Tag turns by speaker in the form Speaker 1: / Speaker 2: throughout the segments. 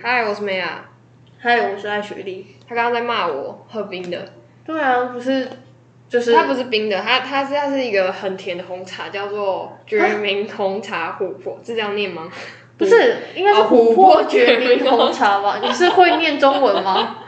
Speaker 1: 嗨，我是梅亚。
Speaker 2: 嗨，我是艾雪莉。
Speaker 1: 他刚刚在骂我喝冰的，
Speaker 2: 对啊，不是，就是
Speaker 1: 它不是冰的，它它是它是一个很甜的红茶，叫做决明红茶琥珀，是这样念吗？
Speaker 2: 不是，应该是
Speaker 1: 哦琥珀
Speaker 2: 琥珀
Speaker 1: 决
Speaker 2: 决
Speaker 1: 明
Speaker 2: 明红茶 吧？你是会念中文吗？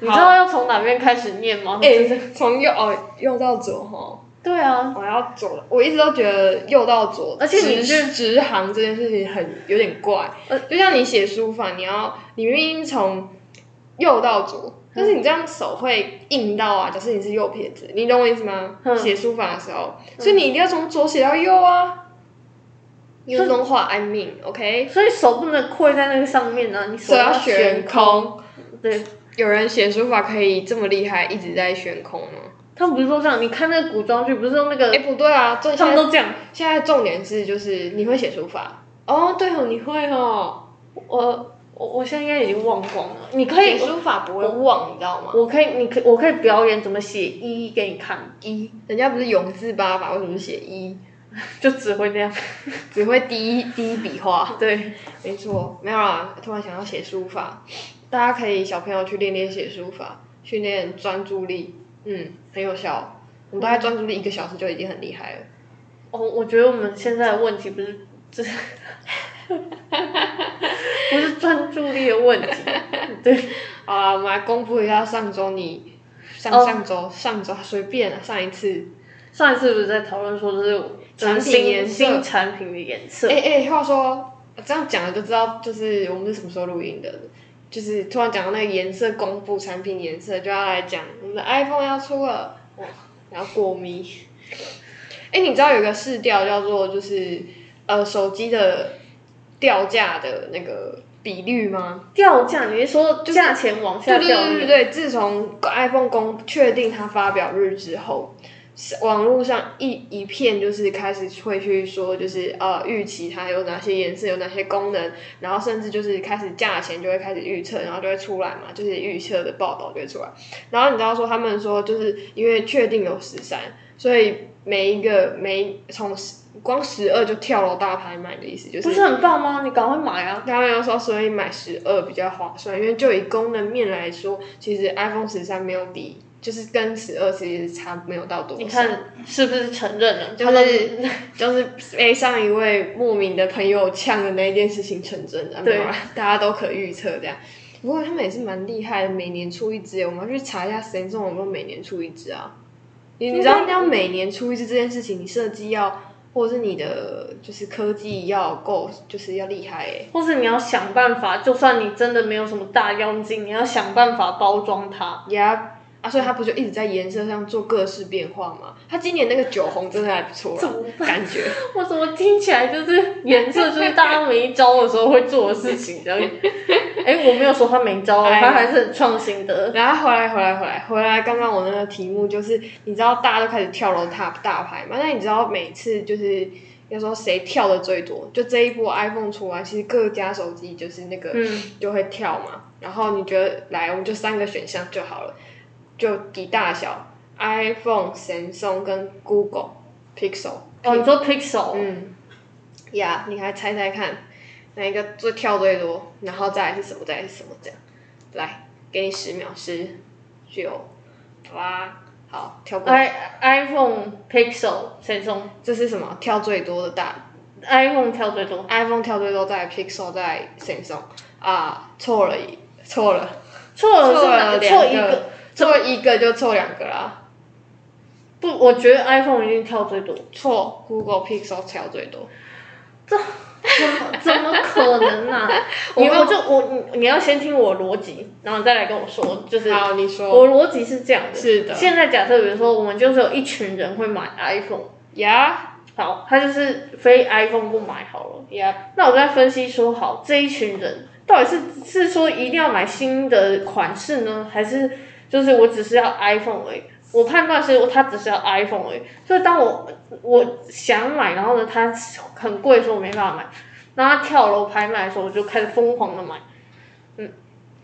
Speaker 2: 你知道要从哪边开始念吗？
Speaker 1: 哎、从右哦右到左哈，
Speaker 2: 对啊，
Speaker 1: 我要左了。我一直都觉得右到左，
Speaker 2: 而且你
Speaker 1: 直直行这件事情很有点怪，
Speaker 2: 呃
Speaker 1: 就像你写书法，你要你明明从右到左。
Speaker 2: 嗯
Speaker 1: 但是你这样手会硬到啊！假设你是右撇子，你懂我意思吗？
Speaker 2: 嗯
Speaker 1: 写书法的时候，所以你一定要从左写到右啊。用中华安命，OK？
Speaker 2: 所以手不能跪在那个上面啊，你手
Speaker 1: 手要
Speaker 2: 要
Speaker 1: 悬
Speaker 2: 悬。
Speaker 1: 空。
Speaker 2: 对，
Speaker 1: 有人写书法可以这么厉害，一直在悬空吗？
Speaker 2: 他们不是都这样？你看那个古装剧，不是用那个
Speaker 1: 哎、，不对啊，这
Speaker 2: 他
Speaker 1: 现
Speaker 2: 们
Speaker 1: 在
Speaker 2: 都这样。
Speaker 1: 现在重点是就是你会写书法哦，对哦，你会哦，
Speaker 2: 我我我现在应该已经忘光了。你可
Speaker 1: 写
Speaker 2: 以，
Speaker 1: 书法不会忘，你知道吗？
Speaker 2: 我可以，你可以我可以表演怎么写一给你看，
Speaker 1: 一，人家不是永字八法，为什么是写一？
Speaker 2: 就只会那样。
Speaker 1: 只会第一第一笔画，
Speaker 2: 对，
Speaker 1: 没错，没有啦。突然想要写书法，大家可以小朋友去练练写书法，训练专注力，嗯，很有效。我们大概专注力一个小时就已经很厉害了。
Speaker 2: 我哦我觉得我们现在的问题不是，就是 不是专注力的问题，对，
Speaker 1: 好啦，我们来公布一下上周你上
Speaker 2: 哦
Speaker 1: 上周、上周随便啊，上一次
Speaker 2: 上一次不是在讨论说就是
Speaker 1: 产品
Speaker 2: 新
Speaker 1: 颜色
Speaker 2: 新产品的颜色，
Speaker 1: 哎哎、欸话说这样讲了就知道，就是我们是什么时候录音的，就是突然讲到那个颜色公布产品颜色，就要来讲我们的 iPhone 要出了，哇，然后过 迷。哎、你知道有个试调叫做就是呃手机的掉价的那个比率吗？
Speaker 2: 掉价，你是说价钱往下
Speaker 1: 对对
Speaker 2: 掉
Speaker 1: 对对对，自从 iPhone 公确定它发表日之后，是网络上一一片就是开始会去说，就是呃预期它有哪些颜色，有哪些功能，然后甚至就是开始价钱就会开始预测，然后就会出来嘛，就是预测的报道就会出来。然后你知道说他们说就是因为确定有十三，所以每一个每一从十光十二就跳楼大拍卖的意思，就
Speaker 2: 不是啊很棒吗？你赶快买啊！
Speaker 1: 他们又说，所以买十二比较划算，因为就以功能面来说，其实 iPhone 十三没有比，就是跟十二其实差没有到多少。
Speaker 2: 你，看是不是承认了？
Speaker 1: 就
Speaker 2: 他都
Speaker 1: 是就是被上一位莫名的朋友呛的那一件事情成真了，没
Speaker 2: 对
Speaker 1: 有啦，啊大家都可预测这样。不过他们也是蛮厉害的，每年出一支耶，我们要去查一下 Samsung 有没有每年出一支啊？你你知道
Speaker 2: 应该
Speaker 1: 要每年出一支这件事情，你设计要或者是你的就是科技要够，就是要厉害哎、
Speaker 2: 或是你要想办法，就算你真的没有什么大妖精，你要想办法包装它。
Speaker 1: 呀、啊，所以他不就一直在颜色上做各式变化吗？他今年那个酒红真的还不错啦，
Speaker 2: 怎么办
Speaker 1: 感觉？
Speaker 2: 我怎么听起来就是颜色就是大家没招的时候会做的事情这样？哎、我没有说他没招，
Speaker 1: 哎
Speaker 2: 他还是很创新的。
Speaker 1: 然后回来回来回来回来，刚刚我那个题目就是，你知道大家都开始跳楼大大牌嘛？那你知道每次就是要说谁跳的最多？就这一波 iPhone 出来，其实各家手机就是那个
Speaker 2: 嗯
Speaker 1: 就会跳嘛。然后你觉得来，我们就三个选项就好了，就比大小，iPhone、Samsung 跟 Google Pixel。
Speaker 2: 哦，你说 Pixel，、
Speaker 1: 嗯，呀，你还猜猜看，哪一个最跳最多？然后再来是什么？再来是什么？这样，来，给你十秒，十、九、八，好，跳过。
Speaker 2: i iPhone、Pixel、Samsung、
Speaker 1: 这是什么？跳最多的大
Speaker 2: iPhone 跳最多，
Speaker 1: iPhone 跳最多，在 Pixel 在 Samsung 啊，错了一，错了，
Speaker 2: 错了是
Speaker 1: 错
Speaker 2: 哪
Speaker 1: 了
Speaker 2: 错
Speaker 1: 两
Speaker 2: 一个？
Speaker 1: 个，错一个就错两个啦。
Speaker 2: 不，我觉得 iPhone 一定跳最多，
Speaker 1: 错，Google Pixel 跳最多。？
Speaker 2: 怎么怎么可能呢、啊
Speaker 1: 我
Speaker 2: 你
Speaker 1: 没有
Speaker 2: 我就我你你要先听我逻辑，然后你再来跟我说，就是
Speaker 1: 好，你说。
Speaker 2: 我逻辑是这样的。
Speaker 1: 是的
Speaker 2: 现在假设比如说我们就是有一群人会买 iPhone。
Speaker 1: 呀
Speaker 2: 好，他就是非 iPhone 不买好了。
Speaker 1: 呀，
Speaker 2: 那我再分析说，好这一群人到底是是说一定要买新的款式呢，还是就是我只是要 iPhone 而已？我判断是他只是要 iPhone 而已。所以当我我想买，然后呢，它很贵，所以我没办法买。然后它跳楼拍卖的时候，我就开始疯狂的买。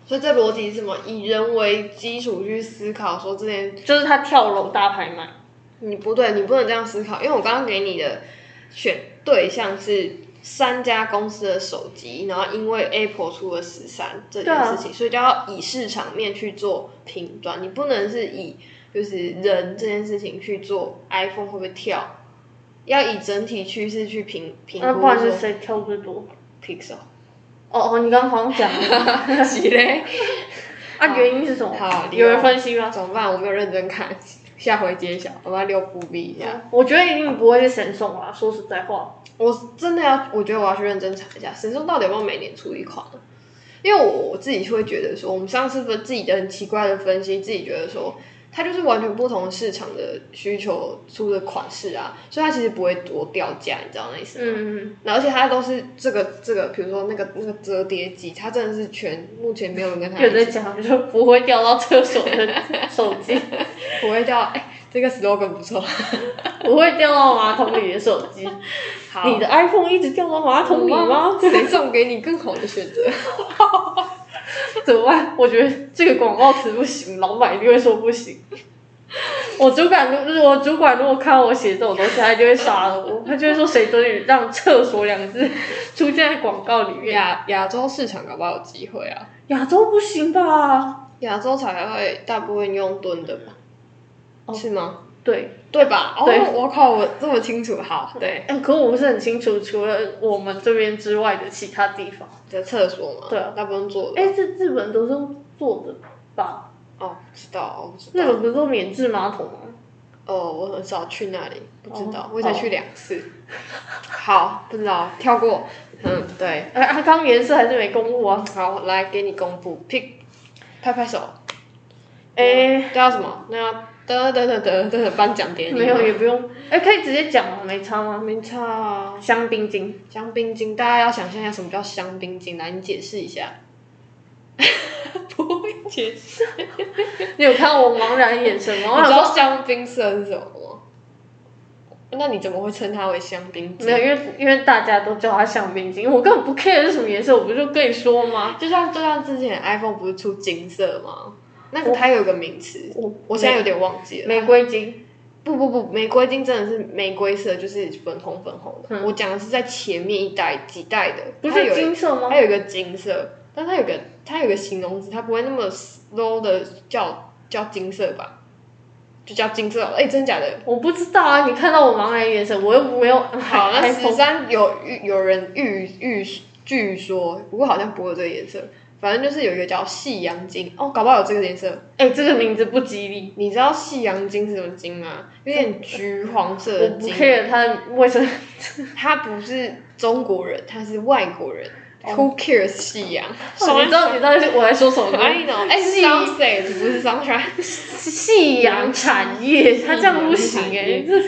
Speaker 1: 所以这逻辑是什么？以人为基础去思考，说这件
Speaker 2: 就是它跳楼大拍卖，
Speaker 1: 你不对，你不能这样思考，因为我刚刚给你的选对象是三家公司的手机，然后因为 Apple 出了十三这
Speaker 2: 对
Speaker 1: 件
Speaker 2: 啊
Speaker 1: 事情，所以就要以市场面去做评断，你不能是以就是人这件事情去做 iPhone 会不会跳，要以整体趋势去评评
Speaker 2: 那
Speaker 1: 估
Speaker 2: 啊不然是
Speaker 1: 说
Speaker 2: 谁跳最多？
Speaker 1: Pixel
Speaker 2: 哦哦，你刚刚好像讲 了
Speaker 1: 几嘞？
Speaker 2: 啊，原因是什么？
Speaker 1: 好理由
Speaker 2: 有人分析吗？
Speaker 1: 怎么办？我没有认真看，下回揭晓，我们要溜伏笔一下。
Speaker 2: 我觉得一定不会是神送啊，说实在话，
Speaker 1: 我真的要，我觉得我要去认真查一下，神兽到底有没有每年出一款啊因为我我自己会觉得说，我们上次分自己的很奇怪的分析，自己觉得说，它就是完全不同市场的需求出的款式啊，所以它其实不会多掉价，你知道那意思吗？
Speaker 2: 嗯，
Speaker 1: 然后而且它都是这个这个，比如说那个那个折叠机，它真的是全目前没有人跟它
Speaker 2: 有
Speaker 1: 一
Speaker 2: 人
Speaker 1: 起，
Speaker 2: 讲就不会掉到厕所的手 机，
Speaker 1: 不会掉。哎、这个 slogan 不 错，
Speaker 2: 不会掉到马桶里的手机。
Speaker 1: 好
Speaker 2: 你的 iPhone 一直掉到马桶 里吗？
Speaker 1: 谁送给你更好的选择？
Speaker 2: 怎么办？我觉得这个广告词不行，老板一定会说不行。 我主管如我主管如果看到我写这种东西，他一定会杀了我。他就会说谁准许让“厕所”两个字出现在广告里面？
Speaker 1: 亚亚洲市场搞不好有机会啊。
Speaker 2: 亚洲不行吧？
Speaker 1: 亚洲才会大部分用蹲的吧？
Speaker 2: 哦
Speaker 1: 是吗？
Speaker 2: 对，
Speaker 1: 对吧？哦
Speaker 2: 对，
Speaker 1: 我靠，我这么清楚， 好，对，
Speaker 2: 嗯，可我不是很清楚，除了我们这边之外的其他地方。
Speaker 1: 在厕所嘛，
Speaker 2: 对啊
Speaker 1: 大部分坐的。
Speaker 2: 哎，这日本都是用坐的吧？
Speaker 1: 哦，不知道，我不知
Speaker 2: 日
Speaker 1: 道。
Speaker 2: 本不是都免治马桶吗？
Speaker 1: 哦，我很少去那里，不知道
Speaker 2: 哦，
Speaker 1: 我才去两次。好，不知道，跳过。嗯，对。
Speaker 2: 哎、啊，刚颜色还是没公布啊？
Speaker 1: 好，来给你公布，pick，拍拍手。
Speaker 2: 哎、
Speaker 1: 那要什么？那要得得得得得颁奖典礼吗。
Speaker 2: 没有也不用，哎、可以直接讲吗？没差吗？
Speaker 1: 没差啊。
Speaker 2: 香槟精，
Speaker 1: 香槟精，大家要想象一下什么叫香槟精，来，你解释一下。 不会解释。
Speaker 2: 你有看到我茫然的眼 神吗？
Speaker 1: 你知
Speaker 2: 我想
Speaker 1: 道
Speaker 2: 说
Speaker 1: 香槟色是什么吗？那你怎么会称它为香槟精？
Speaker 2: 没有，因为因为大家都叫它香槟精，我根本不 care 是什么颜色，我不就跟你说吗？
Speaker 1: 就像就像之前 iPhone 不是出金色吗？那个它有一个名词，
Speaker 2: 我
Speaker 1: 我现在有点忘记了。
Speaker 2: 玫瑰精，
Speaker 1: 不不不，玫瑰金真的是玫瑰色，就是粉红粉红的。
Speaker 2: 嗯
Speaker 1: 我讲的是在前面一代几代的，
Speaker 2: 不
Speaker 1: 它有
Speaker 2: 是金色吗
Speaker 1: 它？有一个金色，但它有个它有个形容词，它不会那么 low 的叫叫金色吧？就叫金色好了，哎、真假的？
Speaker 2: 我不知道啊，你看到我茫然的眼神，我又没有。
Speaker 1: 好，那
Speaker 2: 还
Speaker 1: 十三有有人预预据说，不过好像不会有这个颜色，反正就是有一个叫细阳金哦，搞不好有这个颜色。
Speaker 2: 哎、这个名字不吉利，
Speaker 1: 你知道细阳金是什么金吗？有点橘黄色
Speaker 2: 我
Speaker 1: 的
Speaker 2: 不
Speaker 1: 金，
Speaker 2: care 它的 为什么。
Speaker 1: 他不是中国人，他是外国人。Who
Speaker 2: 哦
Speaker 1: cares 细阳？
Speaker 2: 你知道你知道我在说什么吗？
Speaker 1: I know，哎
Speaker 2: 细
Speaker 1: ，sunset 不是 sunshine。
Speaker 2: 夕阳产业，它这样不行哎、
Speaker 1: 夕阳
Speaker 2: 这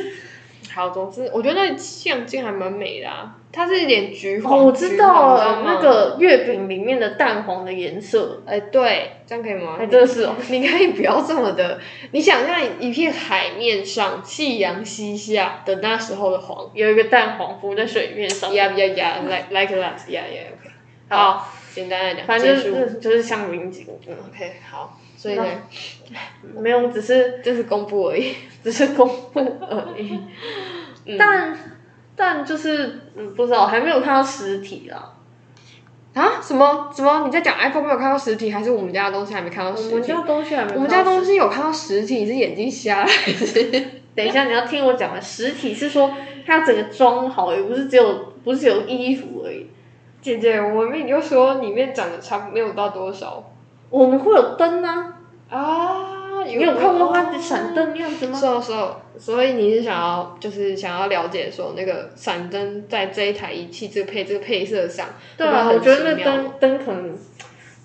Speaker 1: 好，总之我觉得那象镜还蛮美的啊，它是一点橘黄。
Speaker 2: 哦，我知道了，
Speaker 1: 橘黄
Speaker 2: 那
Speaker 1: 你知道吗
Speaker 2: 个月饼里面的蛋黄的颜色，
Speaker 1: 哎、对，这样可以吗？
Speaker 2: 还真的是哦。
Speaker 1: 你可以不要这么的，你想象一片海面上夕阳西下的那时候的黄，
Speaker 2: 有一个蛋黄浮在水面上，
Speaker 1: 呀呀呀，like like that，呀呀，OK，好，简单来讲，
Speaker 2: 反正
Speaker 1: 结
Speaker 2: 就
Speaker 1: 束
Speaker 2: 是就是像民警，嗯，
Speaker 1: ，OK，好，所以呢，
Speaker 2: 没有，只是
Speaker 1: 这是公布而已，
Speaker 2: 只是公布而已。
Speaker 1: 嗯
Speaker 2: 但但就是嗯，不知道，还没有看到实体啦。
Speaker 1: 啊，什么什么？你在讲 iPhone 没有看到实体，还是我们家的东西还没看到
Speaker 2: 我
Speaker 1: 实体？
Speaker 2: 们家东西还没，
Speaker 1: 我们家东
Speaker 2: 西。
Speaker 1: 西有看到实体，你是眼睛瞎了还是？
Speaker 2: 等一下，你要听我讲完。实体是说它整个装好，也不是只有不是只有衣服而已。
Speaker 1: 姐姐，我们你就说里面长得差不没有到多少
Speaker 2: 我们会有灯啊，
Speaker 1: 啊？
Speaker 2: 你有看过它的闪灯的样子吗？
Speaker 1: 所所啊所以你是想要就是想要了解说那个闪灯在这一台仪器这个配这个配色上，
Speaker 2: 对啊，
Speaker 1: 会
Speaker 2: 我
Speaker 1: 不
Speaker 2: 觉
Speaker 1: 会很
Speaker 2: 得那
Speaker 1: 奇妙
Speaker 2: 灯灯可能不知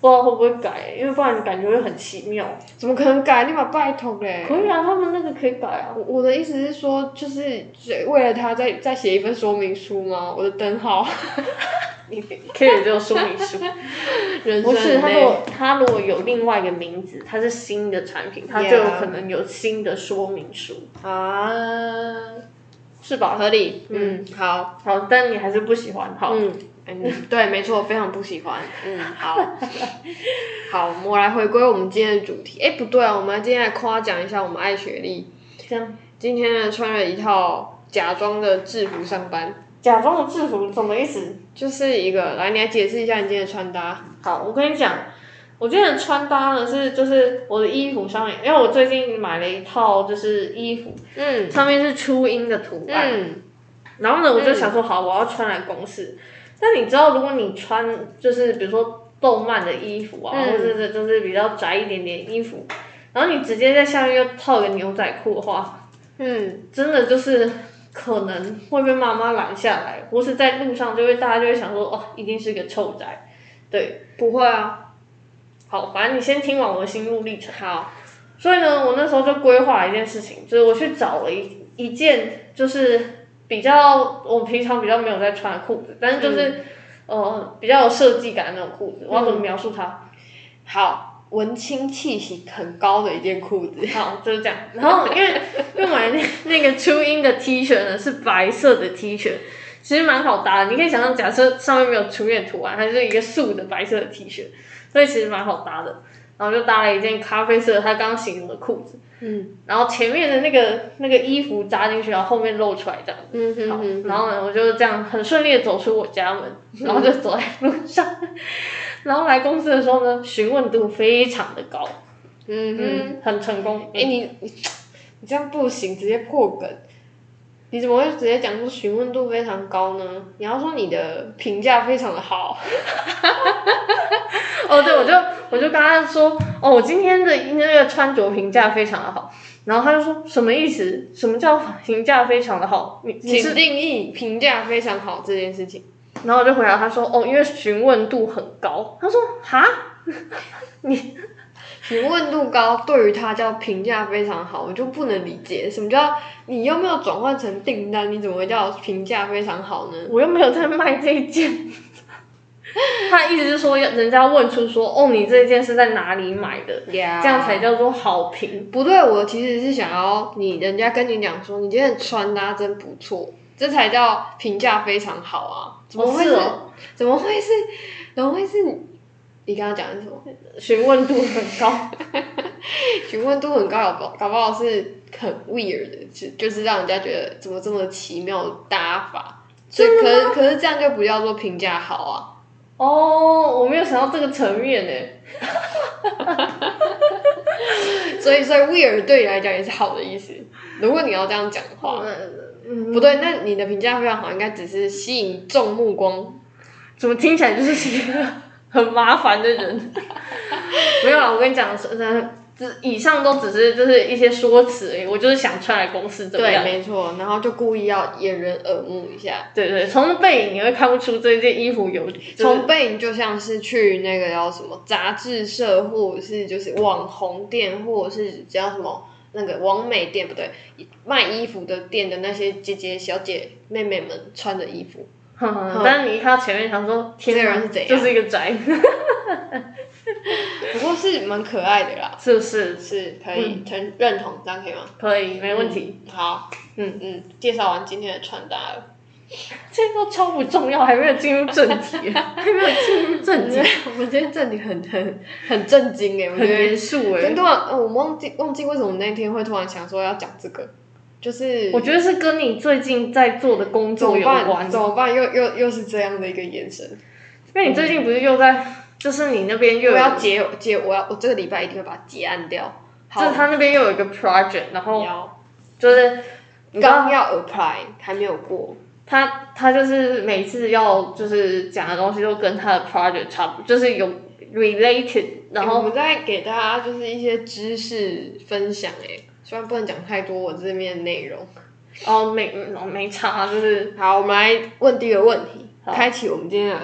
Speaker 2: 道会不会改，因为不然感觉会很奇妙。
Speaker 1: 怎么可能改？立马拜托嘞！
Speaker 2: 可以啊，他们那个可以改啊。
Speaker 1: 我我的意思是说，就是为了他再再写一份说明书吗？我的灯号，
Speaker 2: 你可以只有说明 书，
Speaker 1: 人生
Speaker 2: 不是他如
Speaker 1: 嘞
Speaker 2: 果他如果有另外一个名字，它是新的产品，它就有
Speaker 1: Yeah
Speaker 2: 可能有新的说明书
Speaker 1: 啊，
Speaker 2: 是吧？
Speaker 1: 合理，嗯
Speaker 2: 嗯，
Speaker 1: 好。
Speaker 2: 好，但你还是不喜欢，好，
Speaker 1: 嗯，嗯，对，没错，非常不喜欢。嗯， 好，好，我们来回归我们今天的主题。哎，不对啊，我们今天来夸奖一下我们爱雪莉。
Speaker 2: 这样
Speaker 1: 今天呢，穿了一套假装的制服上班，
Speaker 2: 假装的制服怎么意思？
Speaker 1: 就是一个来，你来解释一下你今天的穿搭。
Speaker 2: 好，我跟你讲，我今天的穿搭呢是就是我的衣服上面，因为我最近买了一套就是衣服，
Speaker 1: 嗯
Speaker 2: 上面是初音的图案，
Speaker 1: 嗯，
Speaker 2: 然后呢，我就想说，好，我要穿来公司。但你知道，如果你穿就是比如说动漫的衣服啊，
Speaker 1: 嗯
Speaker 2: 或者是就是比较窄一点点衣服，然后你直接在下面又套一个牛仔裤的话，
Speaker 1: 嗯，
Speaker 2: 真的就是可能会被妈妈拦下来，或是在路上就会大家就会想说，哦，一定是个臭宅。对，
Speaker 1: 不会啊，
Speaker 2: 好，反正你先听完我的心路历程。好，所以呢，我那时候就规划了一件事情，就是我去找了一一件，就是比较我平常比较没有在穿的裤子，但是就是、呃比较有设计感的那种裤子。我要怎么描述它？
Speaker 1: 好，文青气息很高的一件裤子。
Speaker 2: 好，就是这样。然后因为因为买那那个初音的 T 恤呢是白色的 T 恤，其实蛮好搭的。你可以想象，假设上面没有出现图案，它就是一个素的白色的 T 恤，所以其实蛮好搭的。然后就搭了一件咖啡色，它刚刚形容的裤子。
Speaker 1: 嗯
Speaker 2: 然后前面的那个那个衣服扎进去，然后后面露出来这样。
Speaker 1: 嗯
Speaker 2: 好
Speaker 1: 嗯，
Speaker 2: 然后呢，我就这样很顺利的走出我家门，然后就走在路上， 然后来公司的时候呢，询问度非常的高，
Speaker 1: 嗯嗯，
Speaker 2: 嗯，很成功。
Speaker 1: 哎、你你你这样不行，直接破梗。你怎么会直接讲出询问度非常高呢？你要说你的评价非常的好，
Speaker 2: 哦，对，我就我就跟他说，哦，我今天的那个穿着评价非常的好，然后他就说什么意思？什么叫评价非常的好？你你
Speaker 1: 请
Speaker 2: 是？
Speaker 1: 定义评价非常好这件事情。
Speaker 2: 然后我就回答他说，哦，因为询问度很高。他说哈，
Speaker 1: 询问度高，对于他叫评价非常好，我就不能理解什么叫你又没有转换成订单，你怎么会叫评价非常好呢？
Speaker 2: 我又没有在卖这一件。 他意思是说，人家问出说，哦，你这一件是在哪里买的，这
Speaker 1: 这
Speaker 2: 样才叫做好评。
Speaker 1: 不对。我其实是想要你，人家跟你讲说你今天的穿搭真不错，这才叫评价非常好啊！怎么会
Speaker 2: 是哦
Speaker 1: 怎么会是？怎么会是你？你刚刚讲的是什么？
Speaker 2: 询问度很高，
Speaker 1: 询问度很高，搞不好搞不好是很 weird 的，就就是让人家觉得怎么这么奇妙的搭法。所以可是可是这样就不叫做评价好啊。
Speaker 2: 哦，我没有想到这个层面欸呢。
Speaker 1: 所以，所以 weird 对你来讲也是好的意思。如果你要这样讲的话，
Speaker 2: 嗯，
Speaker 1: 不对，那你的评价非常好，应该只是吸引众目光。
Speaker 2: 怎么听起来就是一个很麻烦的 人？没有啦，啊我跟你讲，呃，这以上都只是就是一些说辞而已。我就是想穿来公司怎么
Speaker 1: 对，
Speaker 2: 样？
Speaker 1: 没错。然后就故意要掩人耳目一下，
Speaker 2: 对对，从背影你会看不出这件衣服有，就是
Speaker 1: 从背影就像是去那个叫什么杂志社，或者是就是网红店，或者是叫什么那个网美店，不对，卖衣服的店的那些姐姐、小姐、妹妹们穿的衣服。
Speaker 2: 哼哼但是你一看到前面，想说天
Speaker 1: 这个
Speaker 2: 哪，
Speaker 1: 人是怎样
Speaker 2: 就是一嗯个宅，
Speaker 1: 不过是蛮可爱的啦，
Speaker 2: 是不是？
Speaker 1: 是可以承认同，这样可以吗？
Speaker 2: 可以，没问
Speaker 1: 嗯
Speaker 2: 题。
Speaker 1: 好，嗯嗯，介绍完今天的穿搭了，
Speaker 2: 这些都超不重要，还没有进入正 题，还没有进入正题，
Speaker 1: 我们今天这里很很 很震惊哎，我
Speaker 2: 很
Speaker 1: 觉得
Speaker 2: 严肃哎
Speaker 1: 真。突然，呃我忘记忘记为什么那天会突然想说要讲这个，就是
Speaker 2: 我觉得是跟你最近在做的工
Speaker 1: 怎
Speaker 2: 作
Speaker 1: 么
Speaker 2: 有关
Speaker 1: 办？，怎么办？又又又是这样的一个眼神，
Speaker 2: 因为你最近不是又在，就是你那边又
Speaker 1: 我
Speaker 2: 有
Speaker 1: 要结结，我要我这个礼拜一定会把它结案掉。
Speaker 2: 就是
Speaker 1: 好，
Speaker 2: 他那边又有一个 project，然后
Speaker 1: 要
Speaker 2: 就是你知道
Speaker 1: 刚要 apply 还没有过，
Speaker 2: 他他就是每次要就是讲的东西都跟他的 project 差不多，就是有 related，然
Speaker 1: 欸
Speaker 2: 后
Speaker 1: 我们再给大家就是一些知识分享哎、虽然不能讲太多我这边的内容。
Speaker 2: 哦没哦没差，就是
Speaker 1: 好，我们来问第一个问题，
Speaker 2: 好
Speaker 1: 开启我们今天的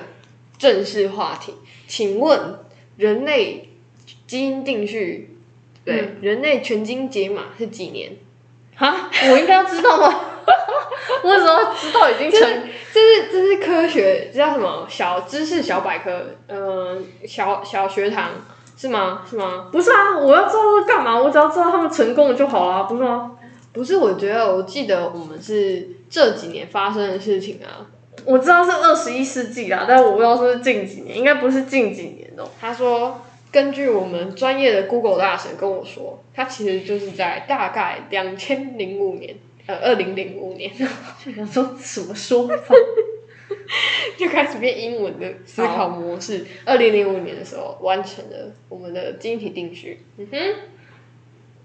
Speaker 1: 正式话题。请问人类基因定序，对、人类全基因解码是几年？
Speaker 2: 啊，我应该要知道 吗？我怎么知道已经成？
Speaker 1: 这是这是科学，这叫什么？小知识小百科，嗯、小小学堂是吗？是吗？
Speaker 2: 不是啊，我要知道这干嘛？我只要知道他们成功了就好啦，不是吗？
Speaker 1: 不是，我觉得我记得我们是这几年发生的事情啊。
Speaker 2: 我知道是二十一世纪啦，但我不知道是不是近几年，应该不是近几年的哦。
Speaker 1: 他说，根据我们专业的 Google 大神跟我说，他其实就是在大概两千零五年呃，二零零五年
Speaker 2: 就想说什么说法？
Speaker 1: 就开始变英文的思考模式。二零零五年的时候完成了我们的晶体定序。嗯哼，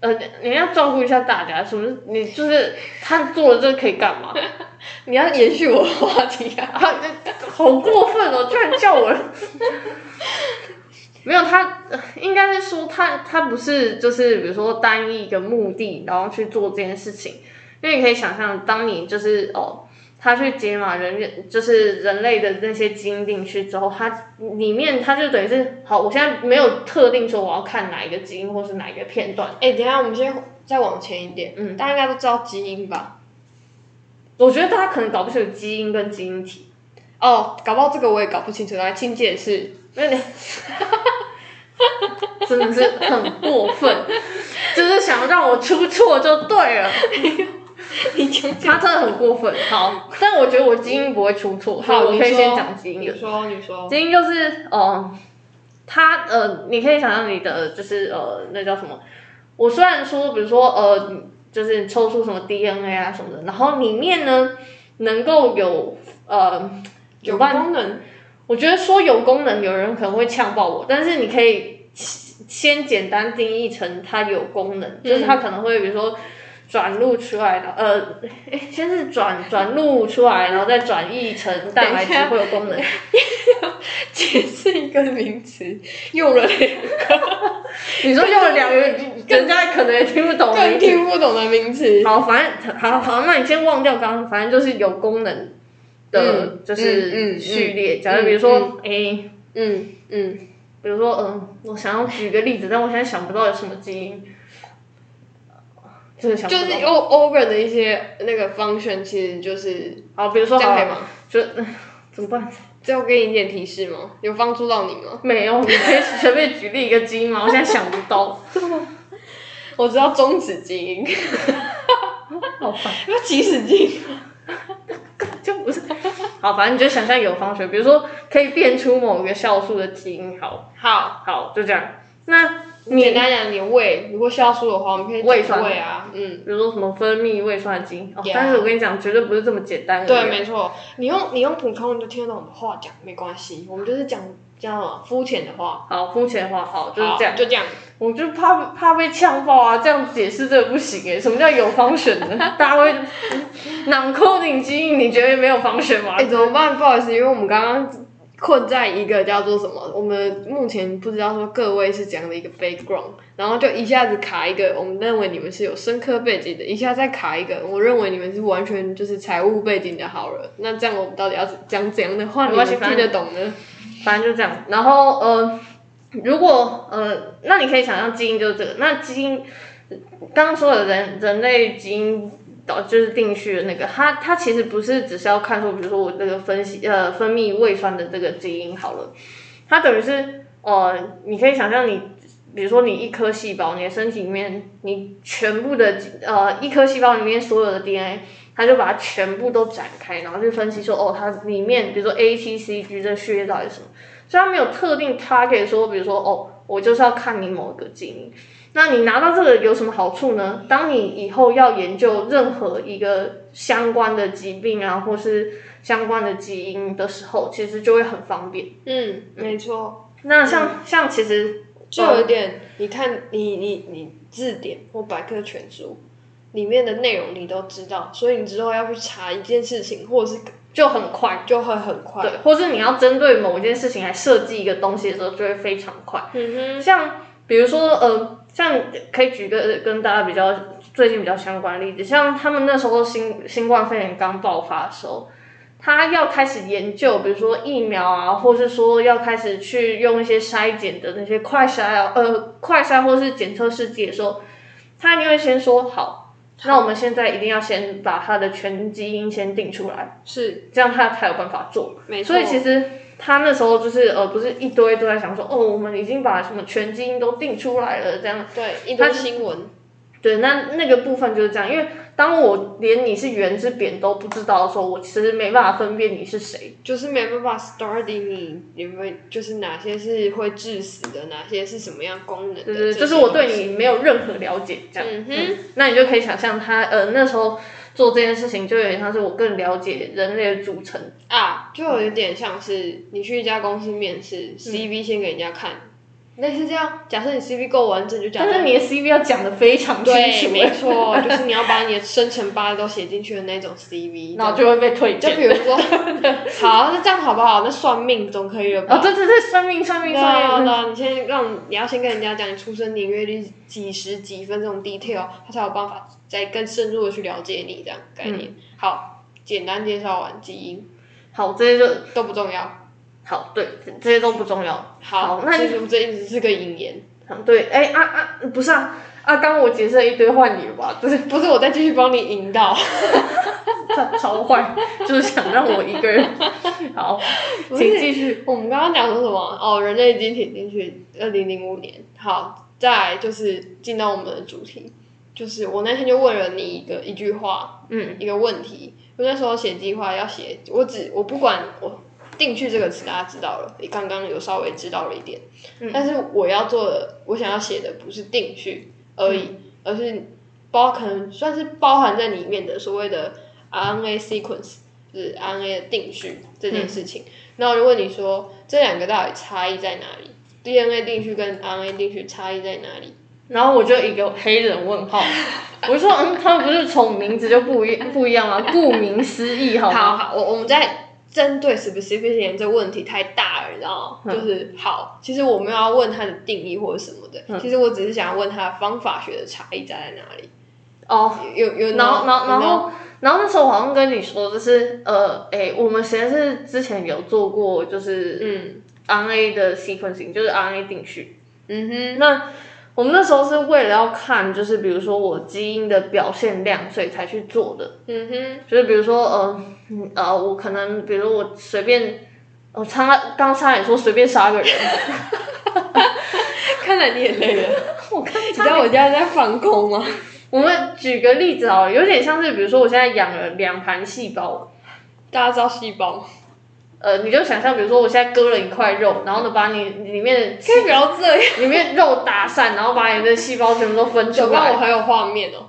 Speaker 2: 呃，你要照顾一下大家，什么？你就是他做了这个可以干嘛？
Speaker 1: 你要延续我的话题 啊！
Speaker 2: 啊，这好过分哦！居然叫我，没有他，呃应该是说他他不是就是比如说单一一个目的，然后去做这件事情，因为你可以想象，当你就是哦，他去解码人人就是人类的那些基因定序之后，它里面它就等于是好，我现在没有特定说我要看哪一个基因或是哪一个片段，
Speaker 1: 哎、等一下，我们先再往前一点。
Speaker 2: 嗯
Speaker 1: 大家应该都知道基因吧？
Speaker 2: 我觉得大家可能搞不清楚基因跟基因体。
Speaker 1: 哦，搞不好这个我也搞不清楚。来，请解释。
Speaker 2: 那你 真的是很过分，就是想让我出错就对了。
Speaker 1: 你讲
Speaker 2: 他真的很过分。好，但我觉得我基因不会出错，所以我可以先讲基因
Speaker 1: 你。说，你说。
Speaker 2: 基因就是呃，它呃，你可以想象你的就是呃，那叫什么？我虽然说，比如说呃，就是你抽出什么 DNA 啊什么的，然后里面呢能够有呃
Speaker 1: 有
Speaker 2: 有办
Speaker 1: 功能，
Speaker 2: 我觉得说有功能，有人可能会呛爆我，但是你可以先先简单定义成它有功
Speaker 1: 嗯
Speaker 2: 能，就是它可能会比如说转录出来的，呃，诶先是转转录出来，然后再转译成蛋白质
Speaker 1: 等一下
Speaker 2: 会有功能。
Speaker 1: 解释一个名词，用了两
Speaker 2: 你说用了两个，人家可能也听不懂
Speaker 1: 更
Speaker 2: 名字。
Speaker 1: 听不懂的名词。
Speaker 2: 好，反正好好，那你先忘掉刚刚，反正就是有功能的
Speaker 1: 嗯，嗯
Speaker 2: 就是
Speaker 1: 嗯
Speaker 2: 序列。
Speaker 1: 嗯
Speaker 2: 假如比如说，诶。
Speaker 1: 嗯嗯，
Speaker 2: 比如说，嗯，我想要举个例子，但我现在想不到有什么基因，真的想不
Speaker 1: 就
Speaker 2: 到。
Speaker 1: 是 o organ 的一些那个 function，其实就是
Speaker 2: 好，比如
Speaker 1: 这
Speaker 2: 说，
Speaker 1: 样可以
Speaker 2: 好，
Speaker 1: 吗？
Speaker 2: 就、怎么办？
Speaker 1: 这样给你一点提示吗？有帮助到你吗？
Speaker 2: 没有，你可以随便举例一个基因吗？我现在想不到，
Speaker 1: 我知道中子基 因，
Speaker 2: 好烦，
Speaker 1: 那起始基因，
Speaker 2: 就不是。好，反正你就想象有方学，比如说可以变出某个酵素的基因，好，
Speaker 1: 好，
Speaker 2: 好，就这样。那
Speaker 1: 你简
Speaker 2: 你
Speaker 1: 单讲，你胃如果消疏的话，我们可以
Speaker 2: 胃
Speaker 1: 讲
Speaker 2: 酸
Speaker 1: 胃啊，嗯，
Speaker 2: 比如说什么分泌胃酸的基因，哦
Speaker 1: Yeah
Speaker 2: 但是我跟你讲，绝对不是这么简单的。
Speaker 1: 对，没错，你用你用普通人就听得懂我们话讲，没关系，我们就是讲讲什么肤浅的话，
Speaker 2: 好，肤浅化，好，就是
Speaker 1: 好
Speaker 2: 这样。
Speaker 1: 就这样，
Speaker 2: 我就怕怕被呛爆啊！这样解释这个不行哎、什么叫有方选呢？ 大家会脑扣顶基因，你觉得没有方选吗？
Speaker 1: 哎、怎么办？不好意思，因为我们刚刚困在一个叫做什么，我们目前不知道说各位是怎样的一个 background，然后就一下子卡一个，我们认为你们是有深刻背景的，一下再卡一个，我认为你们是完全就是财务背景的好了。那这样我们到底要讲怎样的话，你
Speaker 2: 没
Speaker 1: 们
Speaker 2: 关系
Speaker 1: 听得懂呢？
Speaker 2: 反正就这样。然后呃，如果呃，那你可以想象基因就是这个。那基因刚刚说的人人类基因导就是定序的那个，它它其实不是只是要看说，比如说我这个分析呃分泌胃酸的这个基因好了，它等于是呃，你可以想象你。比如说，你一颗细胞，你的身体里面，你全部的呃一颗细胞里面所有的 DNA，他就把它全部都展开，然后去分析说，哦，它里面比如说 A、T、C、G 这序列到底是什么？所以它没有特定 target 说，比如说，哦，我就是要看你某一个基因。那你拿到这个有什么好处呢？当你以后要研究任何一个相关的疾病啊，或是相关的基因的时候，其实就会很方便。
Speaker 1: 嗯，没错，
Speaker 2: 那像、像其实
Speaker 1: 就有点，你看你你你字典或百科全书。里面的内容你都知道，所以你之后要去查一件事情，或者是
Speaker 2: 就很快，
Speaker 1: 就会很快。
Speaker 2: 对，或是你要针对某一件事情来设计一个东西的时候，就会非常快。
Speaker 1: 嗯哼，
Speaker 2: 像比如说呃，像可以举个跟大家比较最近比较相关的例子，像他们那时候新新冠肺炎刚爆发的时候，他要开始研究，比如说疫苗啊，或是说要开始去用一些筛检的那些快筛啊，呃，快筛或是检测试剂的时候，他一定会先说好，那我们现在一定要先把它的全基因先定出来，
Speaker 1: 是
Speaker 2: 这样他才有办法做。
Speaker 1: 没错。
Speaker 2: 所以其实他那时候就是呃，不是一堆都在想说，哦，我们已经把什么全基因都定出来了，这样。
Speaker 1: 对，一堆新闻，
Speaker 2: 对，那那个部分就是这样，因为当我连你是圆是扁都不知道的时候，我其实没办法分辨你是谁。
Speaker 1: 就是没办法 study 你有没有，就是哪些是会致死的，哪些是什么样功能的，
Speaker 2: 对对，
Speaker 1: 这
Speaker 2: 就是
Speaker 1: 些
Speaker 2: 我对
Speaker 1: 东西。
Speaker 2: 你没有任何了解，这样。
Speaker 1: 嗯哼，
Speaker 2: 那你就可以想象他呃那时候做这件事情，就有点像是我更了解人类的组成。
Speaker 1: 啊，就有点像是你去一家公司面试，CV 先给人家看，类似这样。假设你 CV 够完整，就假
Speaker 2: 但是
Speaker 1: 设
Speaker 2: 你的 CV 要讲的非常
Speaker 1: 嗯
Speaker 2: 清
Speaker 1: 对，
Speaker 2: 楚，
Speaker 1: 没 错，就是你要把你的生辰八字都写进去的那种 CV。
Speaker 2: 然后就会被推
Speaker 1: 就
Speaker 2: 荐。
Speaker 1: 比如 说，好，那这样好不好？那算命总可以了吧？
Speaker 2: 哦，对对对，算命算命
Speaker 1: 对啊，对
Speaker 2: 算命，
Speaker 1: 啊，你先让你要先跟人家讲你出生年月日几时几分这种 detail，他才有办法再更深入的去了解你这样概念。好，简单介绍完基因
Speaker 2: 好，这些就
Speaker 1: 都不重要。
Speaker 2: 好，对，这这些都不重要。
Speaker 1: 好，
Speaker 2: 好那
Speaker 1: 其实我们这一直是个引言，
Speaker 2: 嗯对，哎啊啊，不是啊啊，刚刚我解释了一堆，换你了吧？就是
Speaker 1: 不是我再继续帮你引导，
Speaker 2: 他超坏，就是想让我一个人。好，
Speaker 1: 不
Speaker 2: 请
Speaker 1: 是
Speaker 2: 继续。
Speaker 1: 我们刚刚讲说什么？哦，人类经挺进去二零零五年。好，再来就是进到我们的主题，就是我那天就问了你一个一句话，
Speaker 2: 嗯，
Speaker 1: 一个问题。我那时候写计划要写，我只我不管我定去这个词，大家知道了，你刚刚有稍微知道了一点。
Speaker 2: 嗯
Speaker 1: 但是我要做的，我想要写的不是定去而已，而是包可能算是包含在里面的所谓的 RNA sequence，就是 RNA 的定序这件事情。那我就问你说，这两个到底差异在哪里？DNA 定序跟 RNA 定序差异在哪里？
Speaker 2: 然后我就一个黑人问号，我说嗯，他们不是从名字就不一不一样吗？顾名思义，好
Speaker 1: 好
Speaker 2: 吗？
Speaker 1: 好，我我们在针对 specific 研这问题太大了，你知道吗？
Speaker 2: 嗯
Speaker 1: 就是好，其实我没有要问它的定义或者什么的，
Speaker 2: 嗯
Speaker 1: 其实我只是想要问它的方法学的差异在哪里。
Speaker 2: 哦，
Speaker 1: 有有有，
Speaker 2: 然后然后然
Speaker 1: 有
Speaker 2: 后然后那时候我好像跟你说，就是呃，哎，我们实验室之前有做过，就是
Speaker 1: 嗯
Speaker 2: RNA 的 sequencing，就是 RNA 定序。
Speaker 1: 嗯哼，
Speaker 2: 那我们那时候是为了要看，就是比如说我基因的表现量，所以才去做的。
Speaker 1: 嗯哼，
Speaker 2: 就是比如说，呃，嗯呃，我可能，比如我随便，我差刚差点说随便杀个人，
Speaker 1: 看来你也累 了。
Speaker 2: 我刚
Speaker 1: 你知
Speaker 2: 差
Speaker 1: 道
Speaker 2: 点。
Speaker 1: 我家在放空吗？
Speaker 2: 我们举个例子哦，有点像是，比如说我现在养了两盘细胞，
Speaker 1: 大家知道细胞吗，
Speaker 2: 呃，你就想象，比如说我现在割了一块肉，然后呢，把你里面的细
Speaker 1: 可以不要这样，
Speaker 2: 里面肉打散，然后把你的细胞全部都分
Speaker 1: 有
Speaker 2: 出
Speaker 1: 关我
Speaker 2: 来。
Speaker 1: 很有画面哦。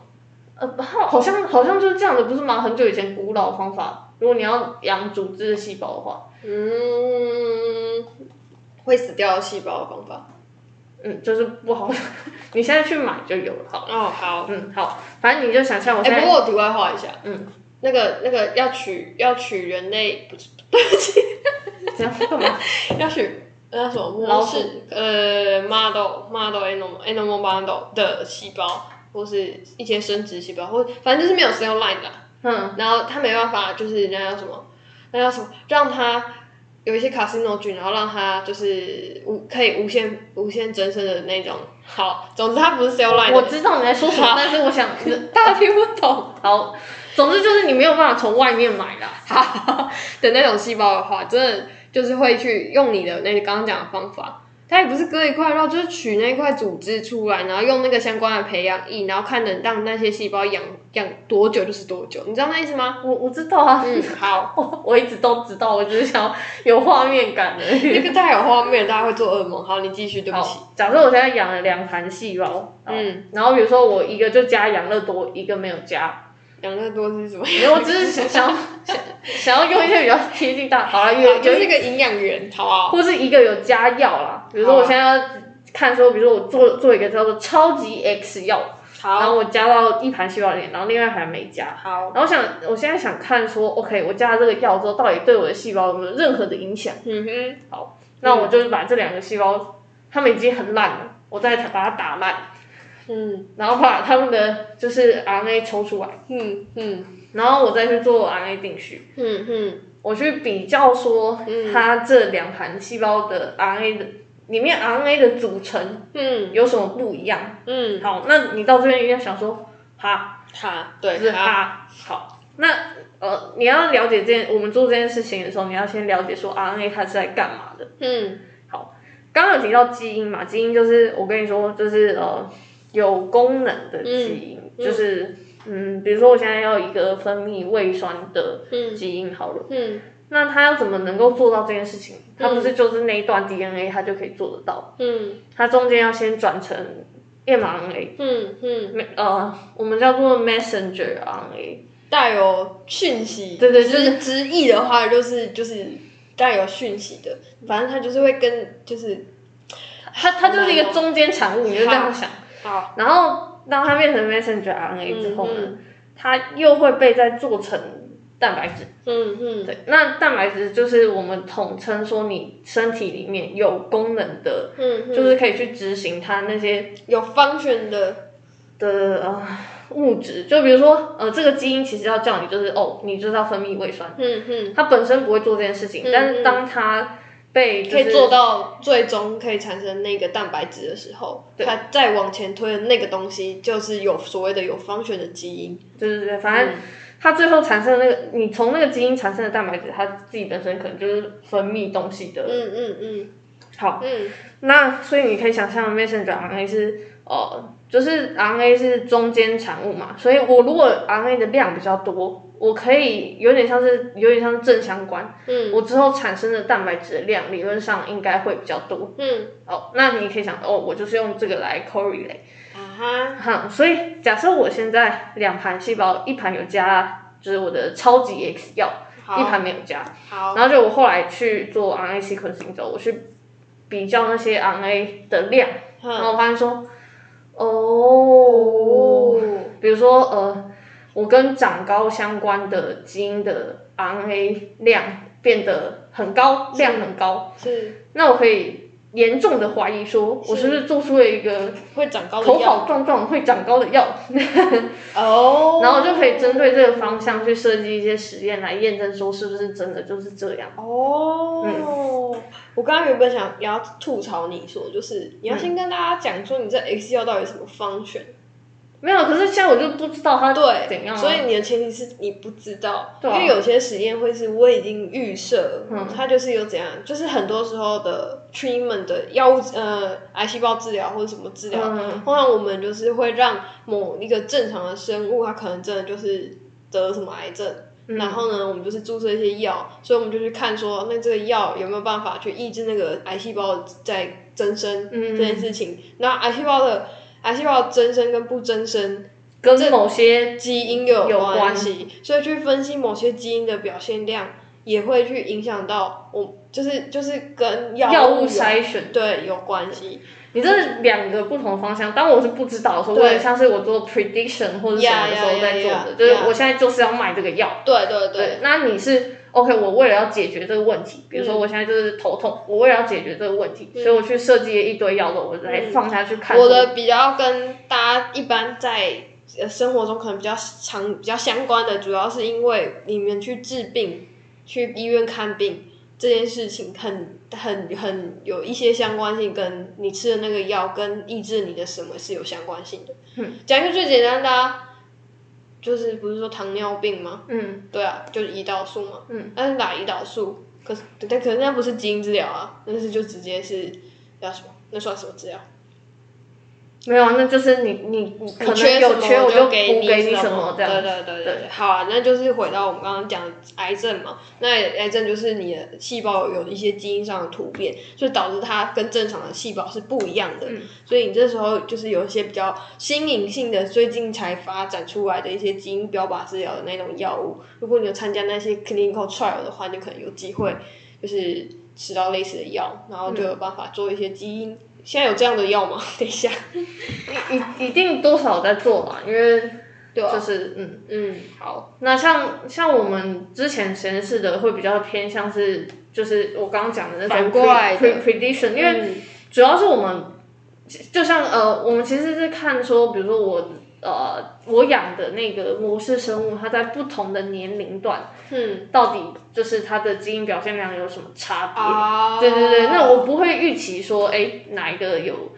Speaker 2: 呃，好，好像好像就是这样的，不是吗？很久以前古老方法，如果你要养组织的细胞的话，
Speaker 1: 嗯，会死掉的细胞的方法。
Speaker 2: 嗯，就是不好。你现在去买就有了，好。
Speaker 1: 哦，好。
Speaker 2: 嗯，好，反正你就想象我现
Speaker 1: 哎、
Speaker 2: 在、
Speaker 1: 不过我题外话一下，
Speaker 2: 嗯，
Speaker 1: 那个那个要取要取人类不是
Speaker 2: 这样干嘛？
Speaker 1: 要取那什么
Speaker 2: 老
Speaker 1: 模
Speaker 2: 鼠
Speaker 1: 式呃 model model animal animal model 的细胞，或是一些生殖细胞，或反正就是没有 cell line 的啊、
Speaker 2: 嗯，
Speaker 1: 然后他没办法，就是人家叫什么，那叫什么，让他有一些 casino 菌，然后让他就是无可以无限无限增生的那种。好，总之他不是 cell line，
Speaker 2: 我
Speaker 1: 的
Speaker 2: 知道你在说什么，
Speaker 1: 好
Speaker 2: 但是我想，
Speaker 1: 大家听不懂
Speaker 2: 好，总之就是你没有办法从外面买啦。
Speaker 1: 的那种细胞的话，真的就是会去用你的那个刚刚讲的方法。它也不是割一块肉，就是取那块组织出来，然后用那个相关的培养液，然后看能让那些细胞养养多久就是多久，你知道那意思吗？
Speaker 2: 我我知道啊，
Speaker 1: 嗯，好，
Speaker 2: 我我一直都知道，我只是想要有画面感而已
Speaker 1: 这。个太有画面，大家会做噩梦。好，你继续，对不起。
Speaker 2: 好，假设我现在养了两盘细胞，嗯，
Speaker 1: 嗯，
Speaker 2: 然后比如说我一个就加养乐多，一个没有加，
Speaker 1: 养乐多是什 么？
Speaker 2: 没有，我只是想想想要用一些比较贴近大，好了，有
Speaker 1: 有就
Speaker 2: 有
Speaker 1: 是
Speaker 2: 一
Speaker 1: 一个营养源，好不好？
Speaker 2: 或是一个有加药啦，比如说我
Speaker 1: 好啊
Speaker 2: 现在要看说，比如说我做做一个叫做超级 X 药，然
Speaker 1: 好
Speaker 2: 后我加到一盘细胞里面，然后另外一盘没加，
Speaker 1: 好，
Speaker 2: 然后想我现在想看说，OK，我加了这个药之后，到底对我的细胞有没有任何的影响？
Speaker 1: 嗯哼，
Speaker 2: 那我就是把这两个细胞，它们已经很烂了，我再把它打烂，
Speaker 1: 嗯
Speaker 2: 然后把它们的就是 RNA 抽出来，
Speaker 1: 嗯嗯
Speaker 2: 然后我再去做 RNA 定序。
Speaker 1: 嗯嗯
Speaker 2: 我去比较说它这两盘细胞的 RNA 的里面 RNA 的组成
Speaker 1: 嗯
Speaker 2: 有什么不一样。
Speaker 1: 嗯，
Speaker 2: 好，那你到这边一定要想说，哈，
Speaker 1: 哈，
Speaker 2: 就
Speaker 1: 对，
Speaker 2: 是
Speaker 1: 哈，
Speaker 2: 哈，好，那呃，你要了解这件我们做这件事情的时候，你要先了解说 RNA 它是在干嘛的。
Speaker 1: 嗯
Speaker 2: 刚刚有提到基因嘛，基因就是我跟你说，就是呃有功能的基因，
Speaker 1: 嗯
Speaker 2: 就是嗯，比如说我现在要一个分泌胃酸的
Speaker 1: 嗯
Speaker 2: 基因好了。
Speaker 1: 嗯
Speaker 2: 那他要怎么能够做到这件事情？他不是就是那一段 DNA 他就可以做得到，
Speaker 1: 嗯
Speaker 2: 他中间要先转成 mRNA，
Speaker 1: 嗯嗯
Speaker 2: 呃，我们叫做 messenger RNA，
Speaker 1: 带有讯息，
Speaker 2: 对对就
Speaker 1: 直直译的话就是就是带有讯息的，反正它就是会跟就是
Speaker 2: 它它就是一个中间产物，你就这样想。
Speaker 1: 好，
Speaker 2: 然后当它变成 messenger RNA 之后呢，
Speaker 1: 嗯
Speaker 2: 它又会被再做成蛋白质。
Speaker 1: 嗯嗯，
Speaker 2: 对，那蛋白质就是我们统称说你身体里面有功能的，
Speaker 1: 嗯，嗯
Speaker 2: 就是可以去执行它那些
Speaker 1: 有 function 的，
Speaker 2: 的呃物质。就比如说呃，这个基因其实要叫你就是哦，你就是要分泌胃酸，
Speaker 1: 嗯嗯，
Speaker 2: 它本身不会做这件事情，
Speaker 1: 嗯
Speaker 2: 但是当它被、就是、
Speaker 1: 可以做到最终可以产生那个蛋白质的时候，
Speaker 2: 对
Speaker 1: 它再往前推的那个东西就是有所谓的有 function 的基因，
Speaker 2: 对对对，反
Speaker 1: 嗯
Speaker 2: 正它最后产生的那个，你从那个基因产生的蛋白质，它自己本身可能就是分泌东西的。
Speaker 1: 嗯嗯嗯
Speaker 2: 好，
Speaker 1: 嗯
Speaker 2: 那所以你可以想象 messenger RNA 是呃，就是 RNA 是中间产物嘛，所以我如果 RNA 的量比较多，我可以有点像是有点像是正相关，
Speaker 1: 嗯
Speaker 2: 我之后产生的蛋白质的量理论上应该会比较多。
Speaker 1: 嗯，
Speaker 2: 哦，那你可以想哦，我就是用这个来 correlate。
Speaker 1: 啊哈，
Speaker 2: 哈，所以假设我现在两盘细胞，一盘有加就是我的超级 X 药，一
Speaker 1: 好
Speaker 2: 盘没有加，
Speaker 1: 好，
Speaker 2: 然后就我后来去做 RNA sequencing 之后，我去比较那些 RNA 的量，然
Speaker 1: 嗯
Speaker 2: 后我发现说，哦，
Speaker 1: 哦
Speaker 2: 比如说呃，我跟长高相关的基因的 RNA 量变得很高，量很高，
Speaker 1: 哦是
Speaker 2: 那我可以严重的怀疑说，我是不是做出了一个
Speaker 1: 会长高的
Speaker 2: 头
Speaker 1: 药
Speaker 2: 好壮壮会长高的药？
Speaker 1: 哦，
Speaker 2: 然后就可以针对这个方向去设计一些实验来验证，说是不是真的就是这样。
Speaker 1: 哦，
Speaker 2: 嗯
Speaker 1: 我刚刚原本想也要吐槽你说，就是你要先跟大家讲说你
Speaker 2: 嗯
Speaker 1: 这 X 药到底什么方选，
Speaker 2: 没有，可是现在我就不知道它
Speaker 1: 对
Speaker 2: 怎样、啊，
Speaker 1: 所以你的前提是你不知道，
Speaker 2: 对啊
Speaker 1: 因为有些实验会是我已经预设，
Speaker 2: 嗯
Speaker 1: 它就是有怎样，就是很多时候的 treatment 的药物，呃，癌细胞治疗或者什么治疗，
Speaker 2: 嗯
Speaker 1: 通常我们就是会让某一个正常的生物，它可能真的就是得了什么癌症，
Speaker 2: 嗯
Speaker 1: 然后呢，我们就是注射一些药，所以我们就去看说，那这个药有没有办法去抑制那个癌细胞在增生这
Speaker 2: 嗯
Speaker 1: 件事情。那癌细胞的癌细胞的增生跟不增生
Speaker 2: 跟某些
Speaker 1: 基因又
Speaker 2: 有
Speaker 1: 关
Speaker 2: 关
Speaker 1: 系，所以去分析某些基因的表现量，也会去影响到我，就是就是跟药
Speaker 2: 药物
Speaker 1: 有
Speaker 2: 筛选，
Speaker 1: 对有关系。
Speaker 2: 你这是两个不同方向。当我是不知道的时候，
Speaker 1: 对
Speaker 2: 我也像是我做 prediction 或者什么的时候
Speaker 1: Yeah, yeah,
Speaker 2: 在做
Speaker 1: yeah, yeah.
Speaker 2: 的，就是我现在就是要卖这个药。
Speaker 1: 对对对，
Speaker 2: 那你是 OK？我为了要解决这个问题，比如
Speaker 1: 嗯
Speaker 2: 说我现在就是头痛，我为了要解决这个问题，所以我去设计了一堆药的，我来放下去看。
Speaker 1: 我的比较跟大家一般在呃生活中可能比较常比较相关的，主要是因为你们去治病、去医院看病这件事情很，很很有一些相关性，跟你吃的那个药跟抑制你的什么是有相关性的。
Speaker 2: 嗯，
Speaker 1: 讲一个最简单的、啊，就是不是说糖尿病吗？
Speaker 2: 嗯，
Speaker 1: 对啊，就是胰岛素嘛。
Speaker 2: 嗯，
Speaker 1: 但是打胰岛素，可是但可是那不是基因治疗啊，那是就直接是叫什么？那算什么治疗？
Speaker 2: 没有啊，那就是你你你可
Speaker 1: 你
Speaker 2: 能
Speaker 1: 缺
Speaker 2: 有缺，
Speaker 1: 我
Speaker 2: 我就补
Speaker 1: 给
Speaker 2: 给你
Speaker 1: 什
Speaker 2: 什么这样。
Speaker 1: 对对对对对
Speaker 2: 对，
Speaker 1: 好啊，那就是回到我们刚刚讲的癌症嘛。那癌症就是你的细胞有一些基因上的突变，所以导致它跟正常的细胞是不一样的。
Speaker 2: 嗯
Speaker 1: 所以你这时候就是有一些比较新颖性的，最近才发展出来的一些基因标靶治疗的那种药物。如果你有参加那些 clinical trial 的话，你可能有机会就是吃到类似的药，然后
Speaker 2: 嗯
Speaker 1: 就有办法做一些基因。现在有这样的药吗？ 等一下，
Speaker 2: 一一定多少在做啊嘛，因为
Speaker 1: 对啊吧、
Speaker 2: 就是嗯，
Speaker 1: 嗯，好，
Speaker 2: 那像像我们之前实验室的会比较偏向是，就是我刚刚讲的那
Speaker 1: 反
Speaker 2: 种
Speaker 1: 过来
Speaker 2: pre
Speaker 1: 的
Speaker 2: pre prediction，因为主要是我们就像呃，我们其实是看说，比如说我呃我养的那个模式生物，它在不同的年龄段
Speaker 1: 嗯。
Speaker 2: 到底就是它的基因表现量有什么差别？
Speaker 1: 啊，
Speaker 2: 对对对，那我不会预期说，哎，哪一个有，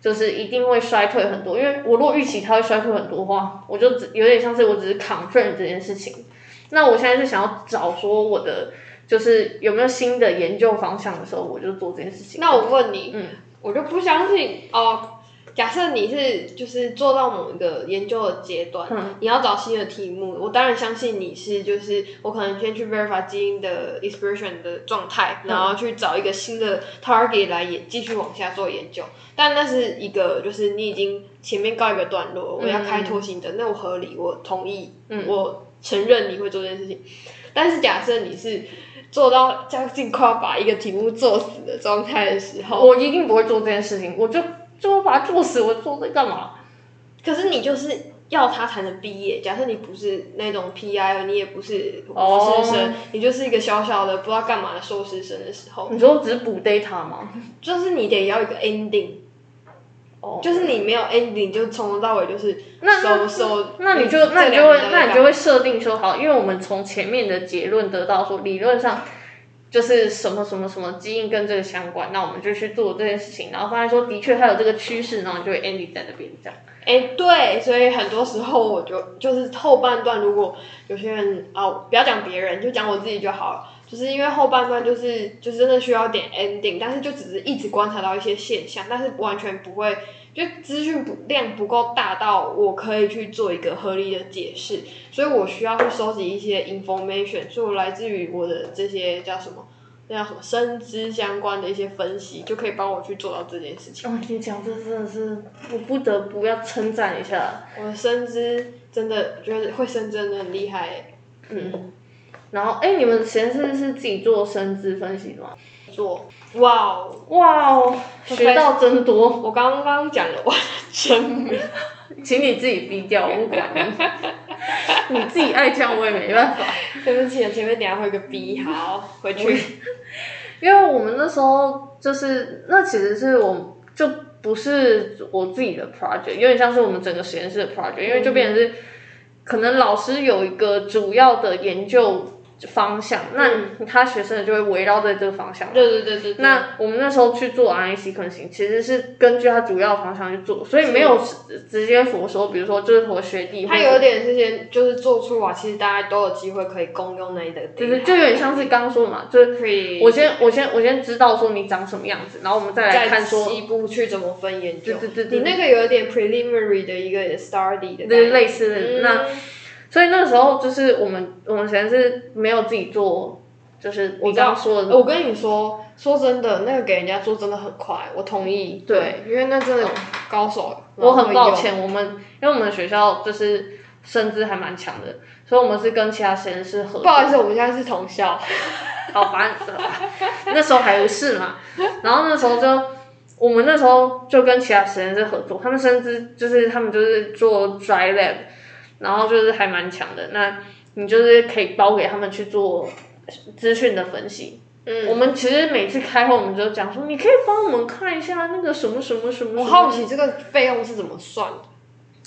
Speaker 2: 就是一定会衰退很多，因为我如果预期它会衰退很多的话，我就只有点像是我只是 confirm 这件事情。那我现在是想要找说我的就是有没有新的研究方向的时候，我就做这件事情。
Speaker 1: 那我问你，
Speaker 2: 嗯
Speaker 1: 我就不相信哦。假设你是就是做到某一个研究的阶段，
Speaker 2: 嗯
Speaker 1: 你要找新的题目，我当然相信你是就是我可能先去 verify 基因的 expression 的状
Speaker 2: 嗯
Speaker 1: 态，然后去找一个新的 target 来也继续往下做研究。但那是一个就是你已经前面告一个段落，我要开拓新的，那我合理，我同意，
Speaker 2: 嗯
Speaker 1: 我承认你会做这件事情。但是假设你是做到将近快要把一个题目做死的状态的时候，
Speaker 2: 我一定不会做这件事情，我就就把它做死，我做这干嘛？
Speaker 1: 可是你就是要他才能毕业。假设你不是那种 PI，你也不是
Speaker 2: 哦
Speaker 1: 博士生你就是一个小小的不知道干嘛的硕士生的时候，
Speaker 2: 你说只是补 data 吗？
Speaker 1: 就是你得要一个 ending，
Speaker 2: 哦，
Speaker 1: 就是你没有 ending，就从头到尾就是
Speaker 2: 那
Speaker 1: 收收。
Speaker 2: 那你就那你就
Speaker 1: 这
Speaker 2: 会
Speaker 1: 两年都在
Speaker 2: 那
Speaker 1: 干
Speaker 2: 你就会设定说好，因为我们从前面的结论得到说，理论上就是什么什么什么基因跟这个相关，那我们就去做这件事情，然后发现说的确它有这个趋势，然后你就会 ending 在那边这样。
Speaker 1: 哎、对，所以很多时候我就就是后半段，如果有些人啊，不要讲别人，就讲我自己就好了。就是因为后半段就是就是真的需要点 ending，但是就只是一直观察到一些现象，但是完全不会，就资讯不量不够大到我可以去做一个合理的解释，所以我需要去收集一些 information，所以我来自于我的这些叫什么，那叫什么生知相关的一些分析，就可以帮我去做到这件事情。
Speaker 2: 哦，你讲这真的是，我不得不要称赞一下。
Speaker 1: 我的生姿真的觉得会生真的很厉害欸，
Speaker 2: 嗯，然后哎，你们实验室是自己做生资分析的吗？
Speaker 1: 做哇哦！
Speaker 2: 哇哦，学到真多，
Speaker 1: 我刚刚讲了我的真名，
Speaker 2: 请你自己低调，我不管你， 你自己爱这样我也没办法。
Speaker 1: 对不起，前面等一下会有个逼，好，回去。
Speaker 2: 因为我们那时候就是那其实是我就不是我自己的 project，有点像是我们整个实验室的 project，因为就变成
Speaker 1: 嗯
Speaker 2: 是可能老师有一个主要的研究方向，那他学生就会围绕在这个方向。
Speaker 1: 嗯对对对对对，
Speaker 2: 那我们那时候去做 RNA sequencing，其实是根据它主要方向去做，所以没有直直接佛说，比如说就是佛学弟或
Speaker 1: 它
Speaker 2: 者，
Speaker 1: 有点这些就是做出来，其实大家都有机会可以共用那一个
Speaker 2: 就
Speaker 1: 地
Speaker 2: 是
Speaker 1: 方，
Speaker 2: 就有点像是刚刚说的嘛，就是
Speaker 1: 可以
Speaker 2: 我先我先我先知道说你长什么样子，然后我们再来看说
Speaker 1: 一步去怎么分研究。
Speaker 2: 对对对对
Speaker 1: 你那个有点 preliminary 的一个 study 的概
Speaker 2: 类
Speaker 1: 念，
Speaker 2: 类似的。
Speaker 1: 嗯
Speaker 2: 那所以那时候就是我们我们实验室没有自己做，就是你刚刚说的，
Speaker 1: 我跟你说，说真的，那个给人家做真的很快，我同意。
Speaker 2: 对，
Speaker 1: 因为那真的有高手。
Speaker 2: 我很抱
Speaker 1: 然后
Speaker 2: 歉，我们因为我们学校就是生资还蛮强的，所以我们是跟其他实验室
Speaker 1: 有。
Speaker 2: 合作
Speaker 1: 不好意思，我们现在是同校。
Speaker 2: 好烦，那时候还不是嘛，然后那时候就我们那时候就跟其他实验室合作，他们甚至就是他们就是做 dry lab，然后就是还蛮强的。那你就是可以包给他们去做资讯的分析。
Speaker 1: 嗯，
Speaker 2: 我们其实每次开会，我们就讲说，你可以帮我们看一下那个什么什么什么
Speaker 1: 我
Speaker 2: 什么
Speaker 1: 好奇这个费用是怎么算的，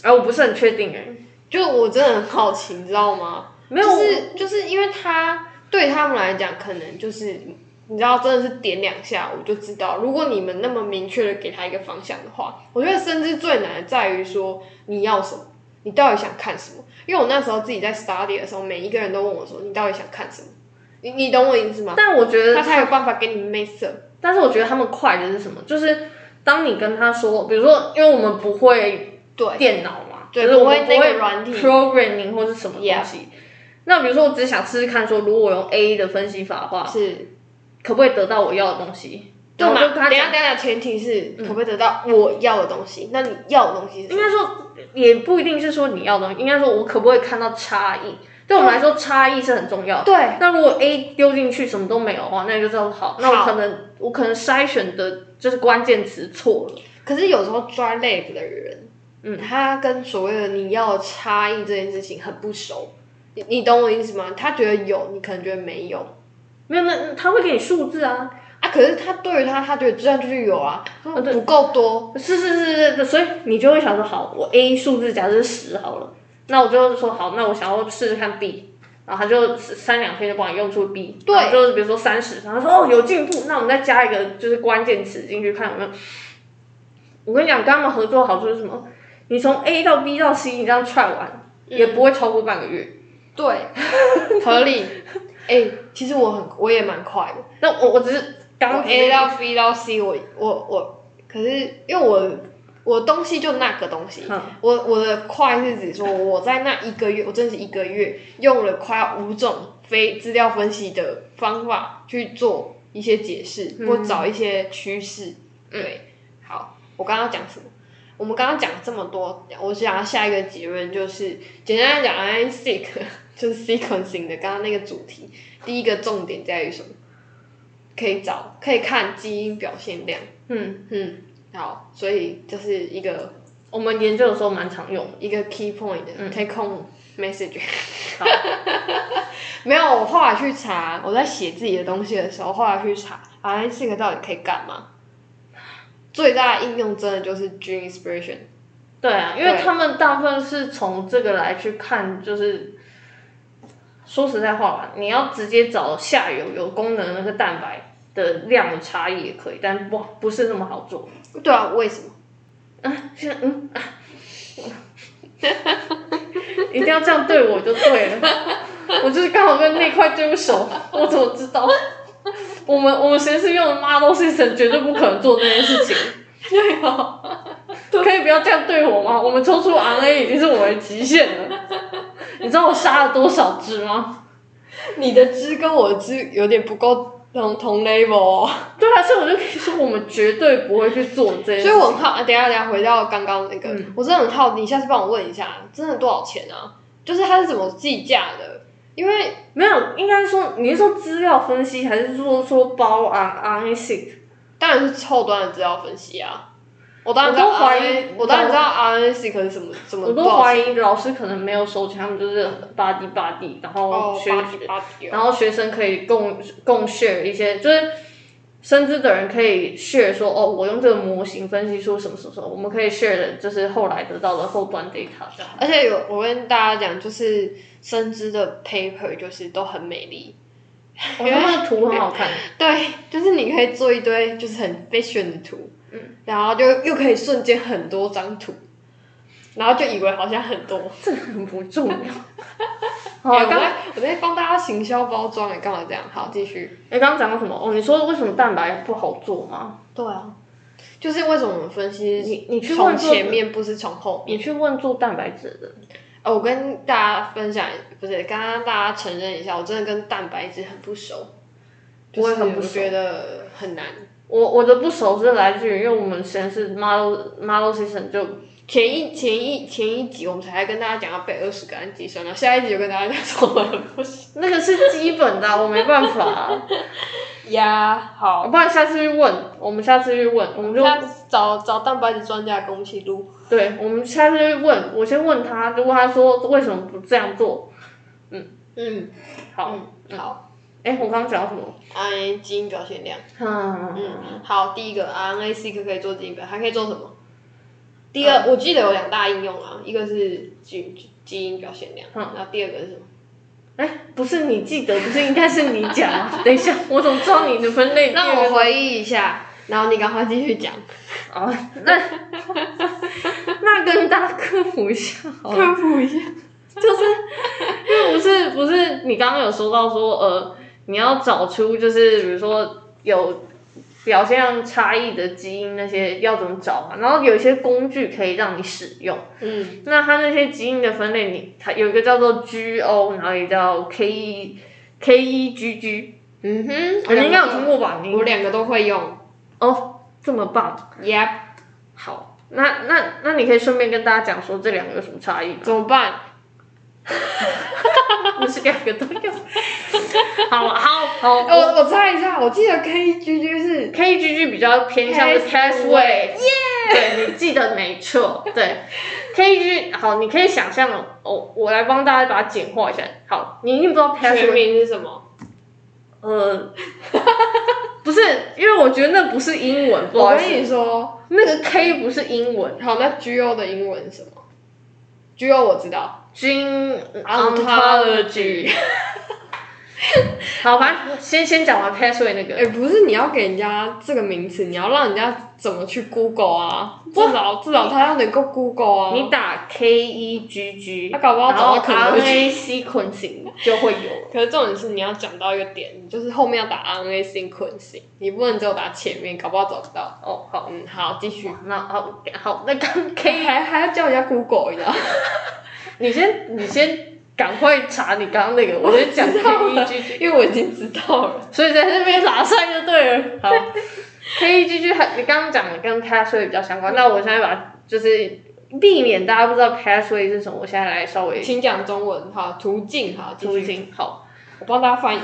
Speaker 2: 哎、我不是很确定哎、
Speaker 1: 就是我真的很好奇，你知道吗？
Speaker 2: 没有，
Speaker 1: 就是就是因为他对他们来讲，可能就是。你知道，真的是点两下我就知道。如果你们那么明确的给他一个方向的话，我觉得甚至最难的在于说你要什么，你到底想看什么。因为我那时候自己在 study 的时候，每一个人都问我说：“你到底想看什么？”你你懂我意思吗？
Speaker 2: 但我觉得
Speaker 1: 他才有办法给你 make sense。
Speaker 2: 但是我觉得他们快的是什么？就是当你跟他说，比如说，因为我们不会
Speaker 1: 对
Speaker 2: 电脑嘛，
Speaker 1: 对
Speaker 2: 就是我们
Speaker 1: 不会那个
Speaker 2: 不
Speaker 1: 软体
Speaker 2: programming 或是什么东西。那比如说，我只想试试看，说如果我用 A 的分析法的话，
Speaker 1: 是，
Speaker 2: 可不可以得到我要的东西？
Speaker 1: 对
Speaker 2: 然
Speaker 1: 嘛？
Speaker 2: 后我就跟他
Speaker 1: 等一
Speaker 2: 讲嗯
Speaker 1: 下，等一下，前提是可不可以得到我要的东西？那你要的东西是什
Speaker 2: 应
Speaker 1: 么？
Speaker 2: 该说也不一定是说你要的东西，应该说我可不可以看到差异？对我们来说，差异是很重要的。
Speaker 1: 对，
Speaker 2: 那如果 A 丢进去什么都没有的话，那就知道好，那我
Speaker 1: 好
Speaker 2: 可能我可能筛选的就是关键词错了。
Speaker 1: 可是有时候抓 lab 的人，嗯，他跟所谓的你要的差异这件事情很不熟，你你懂我意思吗？他觉得有，你可能觉得没有
Speaker 2: 没有，那他会给你数字啊，
Speaker 1: 啊。可是他对于他，他觉得这样就是有啊，
Speaker 2: 哦对
Speaker 1: 不够多。
Speaker 2: 是是是是是，所以你就会想说，好，我 A 数字假设是十好了，那我就说好，那我想要试试看 B，然后他就三两天就帮你用出 B，
Speaker 1: 对
Speaker 2: 然后就是比如说三十，然后说哦有进步，那我们再加一个就是关键词进去看有没有。我跟你讲，跟他们合作好处是什么？你从 A 到 B 到 C，你这样踹完、也不会超过半个月。
Speaker 1: 对， 合理。哎、其实我很，我也蛮快的。
Speaker 2: 那我我只是刚
Speaker 1: 我
Speaker 2: 刚
Speaker 1: A 到 B 到 C，我我我，可是因为我我东西就那个东西。
Speaker 2: 嗯
Speaker 1: 我我的快是指说我在那一个月，我真的是一个月用了快要五种非资料分析的方法去做一些解释，
Speaker 2: 嗯
Speaker 1: 或找一些趋势。对，好，我刚刚讲什么？我们刚刚讲这么多，我想要下一个结论就是，简单来讲，I am sick 就是 sequencing 的刚刚那个主题，第一个重点在于什么？可以找，可以看基因表现量。
Speaker 2: 嗯，
Speaker 1: 嗯，好，所以这是一个
Speaker 2: 我们研究的时候蛮常用的。
Speaker 1: 一个 key point 的、
Speaker 2: 嗯
Speaker 1: take home message
Speaker 2: 好。
Speaker 1: 没有，我后来去查，我在写自己的东西的时候，后来去查 R N 四个到底可以干嘛？最大的应用真的就是 gene expression。
Speaker 2: 对啊，因为
Speaker 1: 对
Speaker 2: 他们大部分是从这个来去看，就是说实在话吧，你要直接找下游有功能的那个蛋白的量的差异也可以，但不不是那么好 做。
Speaker 1: 对啊，为什么？
Speaker 2: 啊，现在嗯，啊嗯一定要这样对我就对了。 我就是刚好跟那块对不熟，我怎么知道？我们我们实验室用的 model system 绝对不可能做这件事情。
Speaker 1: 对啊，
Speaker 2: 可以不要这样对我吗？我们抽出 RNA 已经是我们的极限了。你知道我杀了多少只吗？
Speaker 1: 你的知跟我的知有点不够同同 level 哦。
Speaker 2: 对啊，所以我就可以说，我们绝对不会去做这件
Speaker 1: 所
Speaker 2: 事
Speaker 1: 以。我很好，啊等一下等一下回到刚刚那个，
Speaker 2: 嗯
Speaker 1: 我真的很好，你下次帮我问一下，真的多少钱啊？就是它是怎么计价的？因为
Speaker 2: 没有，应该说你是说资料分析，还是说说包啊 R RNA seq？
Speaker 1: 当然是后端的资料分析啊。我当然知
Speaker 2: 我
Speaker 1: 道
Speaker 2: 都怀疑
Speaker 1: RNA，我当然知道 RNA seq 是什么什么
Speaker 2: 我
Speaker 1: 多
Speaker 2: 都
Speaker 1: 少
Speaker 2: 怀
Speaker 1: 钱，
Speaker 2: 疑老师可能没有收钱，他们就是吧唧吧唧，然后
Speaker 1: 哦，
Speaker 2: 学、
Speaker 1: 八级八级
Speaker 2: 然后学生可以共共 share 一些，就是深知的人可以 share 说，哦，我用这个模型分析出什么什么什么，我们可以 share 的就是后来得到的后端 data 这样。
Speaker 1: 而且有我跟大家讲，就是生知的 paper 就是都很美丽，
Speaker 2: 哦，他们的图很 好看，
Speaker 1: 对，就是你可以做一堆就是很 fashion 的图，
Speaker 2: 嗯，
Speaker 1: 然后就又可以瞬间很多张图，然后就以为好像很多。
Speaker 2: 这个很不 重要。好，
Speaker 1: 哎我
Speaker 2: 刚
Speaker 1: 在我在帮大家行销包装，哎你干嘛这样？好，继续。
Speaker 2: 哎，刚刚讲到什么？哦，你说为什么蛋白不好做吗？
Speaker 1: 对啊，就是为什么我们分析
Speaker 2: 你你去
Speaker 1: 从
Speaker 2: 问做
Speaker 1: 前面不是从后面？
Speaker 2: 你去问做蛋白质的人，
Speaker 1: 哦，我跟大家分享，不是，刚刚大家承认一下，我真的跟蛋白质很不熟，
Speaker 2: 我
Speaker 1: 就
Speaker 2: 也
Speaker 1: 是
Speaker 2: 很不
Speaker 1: 我
Speaker 2: 熟
Speaker 1: 觉得很难。
Speaker 2: 我我的不熟是来自于，因为我们实验室 model model system 就
Speaker 1: 前一前一前一集我们才跟大家讲要背二十个氨基酸，然后下一集就跟大家讲说我们很不熟。
Speaker 2: 那个是基本的啊、我没办法 啊、
Speaker 1: 呀，
Speaker 2: 我
Speaker 1: 好，
Speaker 2: 不然下次去问，我们下次去问，我们就
Speaker 1: 那找找蛋白质专家跟我们一起录。
Speaker 2: 对，我们下次去问，我先问他，如果他说为什么不这样做，
Speaker 1: 嗯，
Speaker 2: 好，
Speaker 1: 嗯，好
Speaker 2: 哎，我刚刚讲到什么？
Speaker 1: ，RNA 基因表现量。
Speaker 2: 嗯，
Speaker 1: 嗯，好，第一个 RNA seq 可以做基因表，还可以做什么？第二，我记得有两大应用啊，一个是基基因表现量，
Speaker 2: 嗯
Speaker 1: 然后第二个是什么？
Speaker 2: 哎，不是你记得，不是应该是你讲啊？等一下，我怎么知道你的 分类？
Speaker 1: 让我回忆一下，然后你赶快继续 讲，
Speaker 2: 哦，那那跟大家科普一下好了，
Speaker 1: 科普一下。
Speaker 2: 就是因为不是不是你刚刚有说到说呃，你要找出就是比如说有表现上差异的基因那些要怎么找嘛，然后有一些工具可以让你使用。
Speaker 1: 嗯
Speaker 2: 那它那些基因的分类，你它有一个叫做 GO，然后也叫 KE KEGG，
Speaker 1: 嗯哼，
Speaker 2: 你应该有听过吧？你
Speaker 1: 我两个都会用
Speaker 2: 哦，这么棒，
Speaker 1: ，Yep，
Speaker 2: 好，那那那你可以顺便跟大家讲说这两个有什么差异吗？
Speaker 1: 怎么办？
Speaker 2: 不是两个都有。好好好，
Speaker 1: 我哦我猜一下，我记得 K G G 是
Speaker 2: KGG 比较偏向
Speaker 1: Castaway
Speaker 2: 是 Castaway，对，你记得没错，对，KGG 好，你可以想象哦，我我来帮大家把它简化一下。好，你一定不知道
Speaker 1: 全
Speaker 2: Castaway，
Speaker 1: 名是什么？
Speaker 2: 呃， 不是，因为我觉得那不是英文，不
Speaker 1: 我
Speaker 2: 好意
Speaker 1: 跟
Speaker 2: 思，
Speaker 1: 你说，
Speaker 2: 那个 K 不是英文
Speaker 1: 好，那 G O 的英文是什么？G O 我知道
Speaker 2: ，Gene
Speaker 1: ，Ontology。
Speaker 2: 好，反正先先讲完 password 那个，
Speaker 1: 哎、不是你要给人家这个名词，你要让人家怎么去 Google 啊？至少至少他要能够 Google 啊。
Speaker 2: 你打 K E G G，
Speaker 1: 他搞不好
Speaker 2: 然
Speaker 1: 找
Speaker 2: 后
Speaker 1: 到肯德
Speaker 2: RNA sequencing 就会有了。
Speaker 1: 可是重点是你要讲到一个点，你就是后面要打 RNA sequencing，你不能只有打前面，搞不好找不到。
Speaker 2: 哦，好，
Speaker 1: 嗯，好，继续。
Speaker 2: 那好好，那刚 K，
Speaker 1: 还还要叫人家 Google 一下，
Speaker 2: 你先你先赶快查你刚刚那个，我先讲 K E G G，
Speaker 1: 因为我已经知道了。
Speaker 2: 所以在这边拉塞就对了。好，K E G G 还你刚刚讲的跟 password 比较相关，那我现在把就是避免大家不知道 password 是什么，我现在来稍微
Speaker 1: 请讲中文，好，途径，好，继
Speaker 2: 出
Speaker 1: 续
Speaker 2: 一，听。好。
Speaker 1: 我帮大家翻译。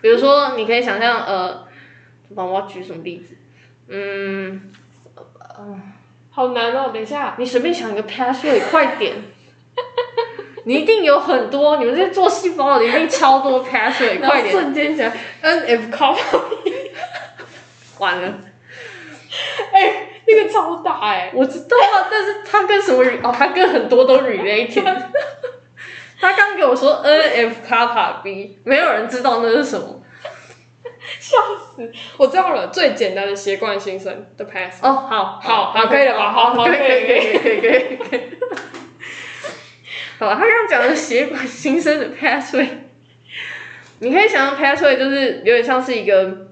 Speaker 2: 比如说，你可以想象，呃，我要举什么例子？嗯，
Speaker 1: 好难哦，等一下，
Speaker 2: 你随便想一个 password，快点！你一定有很多，你们这些做细胞的一定超多 password，
Speaker 1: 然后
Speaker 2: 快点！
Speaker 1: 瞬间想 N F 靠，
Speaker 2: 完了，
Speaker 1: 哎，那个超大哎，
Speaker 2: 我知道啊，但是它跟什么 re- 哦，它跟很多都 related。他刚给我说 N F 卡卡 B，没有人知道那是什么。
Speaker 1: 笑死！我知道了，最简单的斜贯新生的 pass。
Speaker 2: 哦，好
Speaker 1: 好好可以了吧好好
Speaker 2: 可以
Speaker 1: 可以
Speaker 2: 可以可以可以可以。好，他刚刚讲的血管新生的 pathway，你可以想象 pathway 就是有点像是一个，